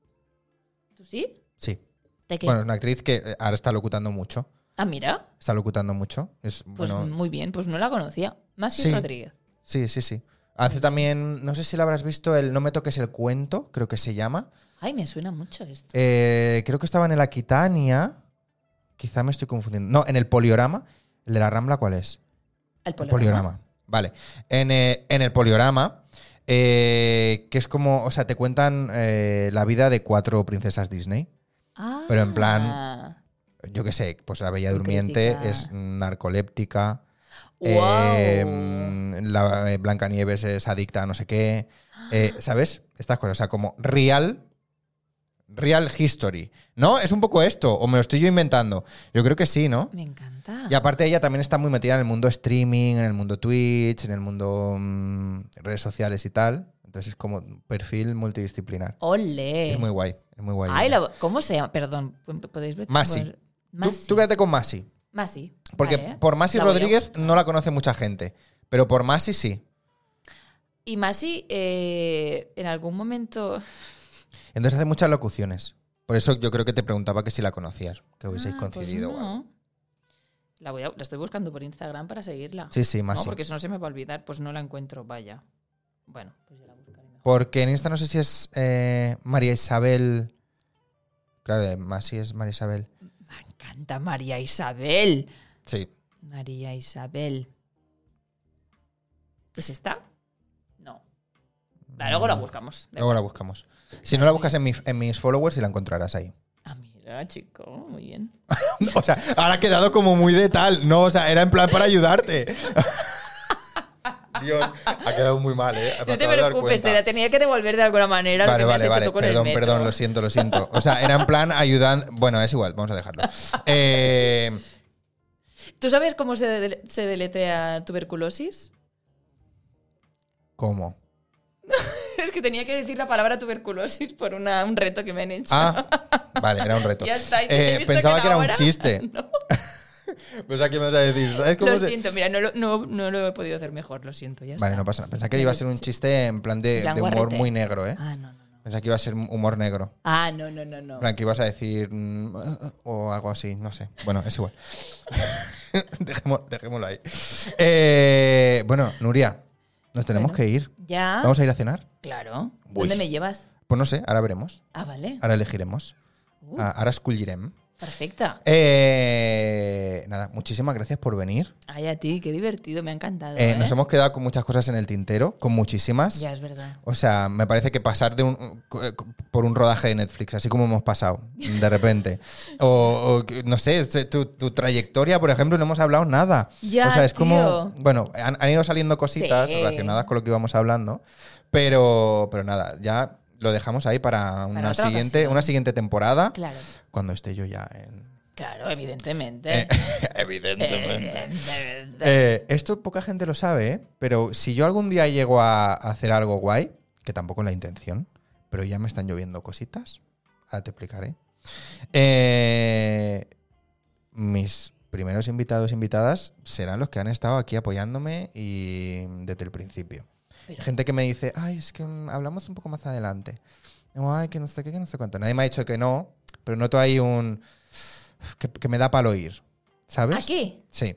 B: ¿Tú sí?
A: Sí.
B: ¿De qué?
A: Bueno, es una actriz que eh, ahora está locutando mucho.
B: ah, mira.
A: Está locutando mucho. Es,
B: Pues
A: bueno,
B: muy bien, pues no la conocía. Masi
A: Sí.
B: Rodríguez.
A: Sí, sí, sí. Hace también, no sé si la habrás visto, el No me toques el cuento, creo que se llama.
B: Ay, me suena mucho esto.
A: Eh, creo que estaba en el Aquitania. Quizá me estoy confundiendo. No, en el Poliorama. ¿El de la Rambla cuál es?
B: Al
A: El Poliorama. Vale. En, eh, en el Poliorama, eh, que es como, o sea, te cuentan eh, la vida de cuatro princesas Disney.
B: Ah.
A: Pero en plan- Yo qué sé, pues la Bella Durmiente
B: Crítica.
A: es narcoléptica.
B: Guau.
A: eh, la eh, Blancanieves es adicta a no sé qué. eh, ¿Sabes? Estas cosas. O sea, como real. Real history. ¿No? Es un poco esto. O me lo estoy yo inventando. Yo creo que sí, ¿no?
B: Me encanta.
A: Y aparte ella también está muy metida en el mundo streaming, en el mundo Twitch, en el mundo mm, redes sociales y tal. Entonces es como un perfil multidisciplinar.
B: Ole.
A: Es muy guay, es muy guay.
B: Ay, la- ¿cómo se llama? Perdón, podéis ver.
A: Masi.
B: Por-
A: Tú,
B: Masi.
A: tú quédate con Masi.
B: Masi.
A: Porque
B: Vale.
A: por Masi
B: La voy a
A: Rodríguez no la conoce mucha gente. Pero por Masi sí.
B: Y Masi, eh, en algún momento.
A: Entonces hace muchas locuciones. Por eso yo creo que te preguntaba que si la conocías, que hubieseis
B: Ah, pues
A: coincidido. o
B: no.
A: algo.
B: La, voy a- la estoy buscando por Instagram para seguirla.
A: Sí, sí,
B: no,
A: Masi.
B: porque
A: porque...
B: si no se me va a olvidar, pues no la encuentro, vaya. Bueno, pues ya la buscaré mejor.
A: en Insta no sé si es eh, María Isabel. Claro, eh, Masi es María Isabel.
B: Me encanta María Isabel.
A: Sí.
B: María Isabel. ¿Es esta? No. Vale, luego la buscamos.
A: Luego Mm. la buscamos. Si no la buscas en, mi- en mis followers y la encontrarás ahí.
B: Ah, mira, chico, muy bien.
A: O sea, ahora ha quedado como muy de tal. No, o sea, era en plan para ayudarte. Dios, ha quedado muy mal, ¿eh? Me
B: No te
A: acabo de dar
B: preocupes,
A: cuenta.
B: te la tenía que devolver de alguna manera lo
A: Vale,
B: que me has
A: vale,
B: hecho
A: vale.
B: tú con
A: Perdón,
B: el metro.
A: perdón, lo siento, lo siento. O sea, era en plan ayudan. Bueno, es igual, vamos a dejarlo. Eh,
B: ¿Tú sabes cómo se, dele- se deletrea tuberculosis?
A: ¿Cómo?
B: Es que tenía que decir la palabra tuberculosis por una- un reto que me han hecho.
A: Ah, vale, era un reto.
B: Ya está, y te he
A: Eh,
B: visto
A: pensaba
B: que
A: que era un
B: ahora-
A: chiste.
B: No,
A: Pensaba que me ibas a decir. ¿Sabes cómo
B: lo
A: se-
B: siento, mira, no lo, no- no lo he podido hacer mejor, lo siento, ya
A: Vale,
B: está.
A: no pasa nada. Pensaba que iba a ser un chiste en plan de,
B: Plan
A: de humor
B: guarrete.
A: muy negro, ¿eh?
B: Ah, no, no, no.
A: Pensaba que iba a ser humor negro.
B: Ah, no, no, no, no.
A: En plan, que ibas a decir mm, ah, ah, o algo así, no sé. Bueno, es igual. Dejémo- dejémoslo ahí. Eh, bueno, Nuria, nos tenemos
B: Bueno.
A: que ir.
B: Ya,
A: ¿Vamos a ir a cenar?
B: claro.
A: Uy.
B: ¿Dónde me llevas?
A: Pues no sé, ahora veremos.
B: Ah, vale.
A: Ahora elegiremos.
B: Uh,
A: Ah, ahora escollirem.
B: Perfecta.
A: Eh, nada, muchísimas gracias por venir.
B: Ay, a ti, qué divertido, me ha encantado.
A: Eh,
B: ¿eh?
A: Nos hemos quedado con muchas cosas en el tintero, con muchísimas.
B: Ya, es verdad.
A: O sea, me parece que pasar de un, por un rodaje de Netflix, así como hemos pasado, de repente. O, o que- no sé, se- tu, tu trayectoria, por ejemplo, no hemos hablado nada.
B: Ya,
A: o sea, es como.
B: tío.
A: Bueno, han, han ido saliendo cositas
B: Sí.
A: relacionadas con lo que íbamos hablando, pero, pero nada, ya lo dejamos ahí para una,
B: otra
A: siguiente,
B: ocasión.
A: una siguiente temporada,
B: Claro,
A: cuando esté yo ya en.
B: claro, evidentemente.
A: Eh, Evidentemente.
B: Evidentemente.
A: Eh, esto poca gente lo sabe, ¿eh? pero si yo algún día llego a hacer algo guay, que tampoco es la intención, pero ya me están lloviendo cositas, ahora te explicaré. Eh, mis primeros invitados e invitadas serán los que han estado aquí apoyándome y desde el principio.
B: Pero-
A: Gente que me dice, ay, es que mm, hablamos un poco más adelante. O, ay, que no sé qué, que no sé cuánto. Nadie me ha dicho que no, pero noto ahí un... "Uf, que, que me da palo oír, ¿sabes?
B: ¿Aquí?
A: Sí,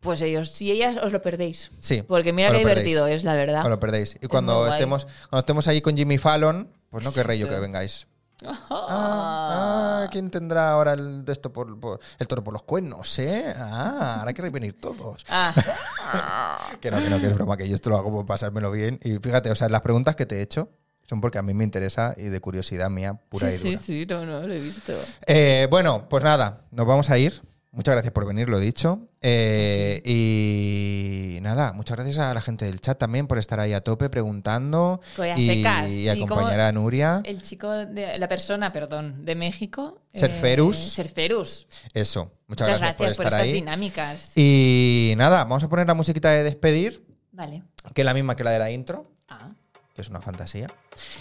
B: Pues ellos, si ellas os lo perdéis.
A: sí.
B: Porque mira
A: Os
B: qué
A: lo perdéis.
B: divertido es, la verdad.
A: Os lo perdéis. Y
B: muy
A: cuando
B: guay.
A: estemos, cuando estemos ahí con Jimmy Fallon, pues no querré yo que
B: Exacto.
A: vengáis. Ah, ah, ¿quién tendrá ahora el, de esto por, por- el toro por los cuernos, eh? Ah, ahora queréis venir todos.
B: Ah.
A: Que no, que no, que es broma, que yo esto lo hago por pasármelo bien. Y fíjate, o sea, las preguntas que te he hecho son porque a mí me interesa y de curiosidad mía pura
B: sí,
A: y dura.
B: sí, sí, no, no, lo he visto.
A: Eh, bueno, pues nada, nos vamos a ir. Muchas gracias por venir, lo dicho. Eh, y nada, muchas gracias a la gente del chat también por estar ahí a tope preguntando
B: Coi a
A: y,
B: secas.
A: y
B: ¿Y
A: acompañar
B: cómo-
A: a Nuria.
B: El chico, de, la persona, perdón, de México. eh,
A: Cerferus.
B: Cerferus.
A: Eso, muchas,
B: Muchas gracias por,
A: estar
B: estas
A: ahí.
B: dinámicas.
A: Y nada, vamos a poner la musiquita de despedir,
B: Vale.
A: que es la misma que la de la intro,
B: Ah,
A: que es una fantasía.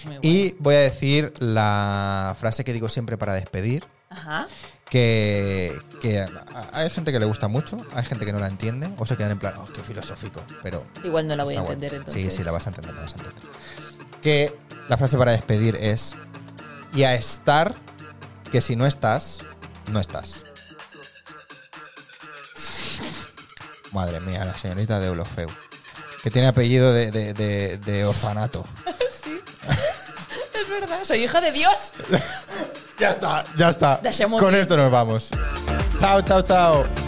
B: muy bueno.
A: Y voy a decir la frase que digo siempre para despedir,
B: Ajá.
A: que, que a- a- hay gente que le gusta mucho, hay gente que no la entiende, o se quedan en plan, oh, qué filosófico, pero...
B: Igual no la voy a
A: está guay.
B: entender
A: Sí,
B: entonces.
A: sí, la vas a entender, la vas a entender. Que la frase para despedir es, y a estar, que si no estás, no estás. Madre mía, la señorita de Olofeu, que tiene apellido de, de- de- de orfanato.
B: Es verdad, soy hija de Dios.
A: Ya está, ya está.
B: Deixem-ho
A: Con
B: aquí.
A: esto nos vamos. Chao, chao, chao.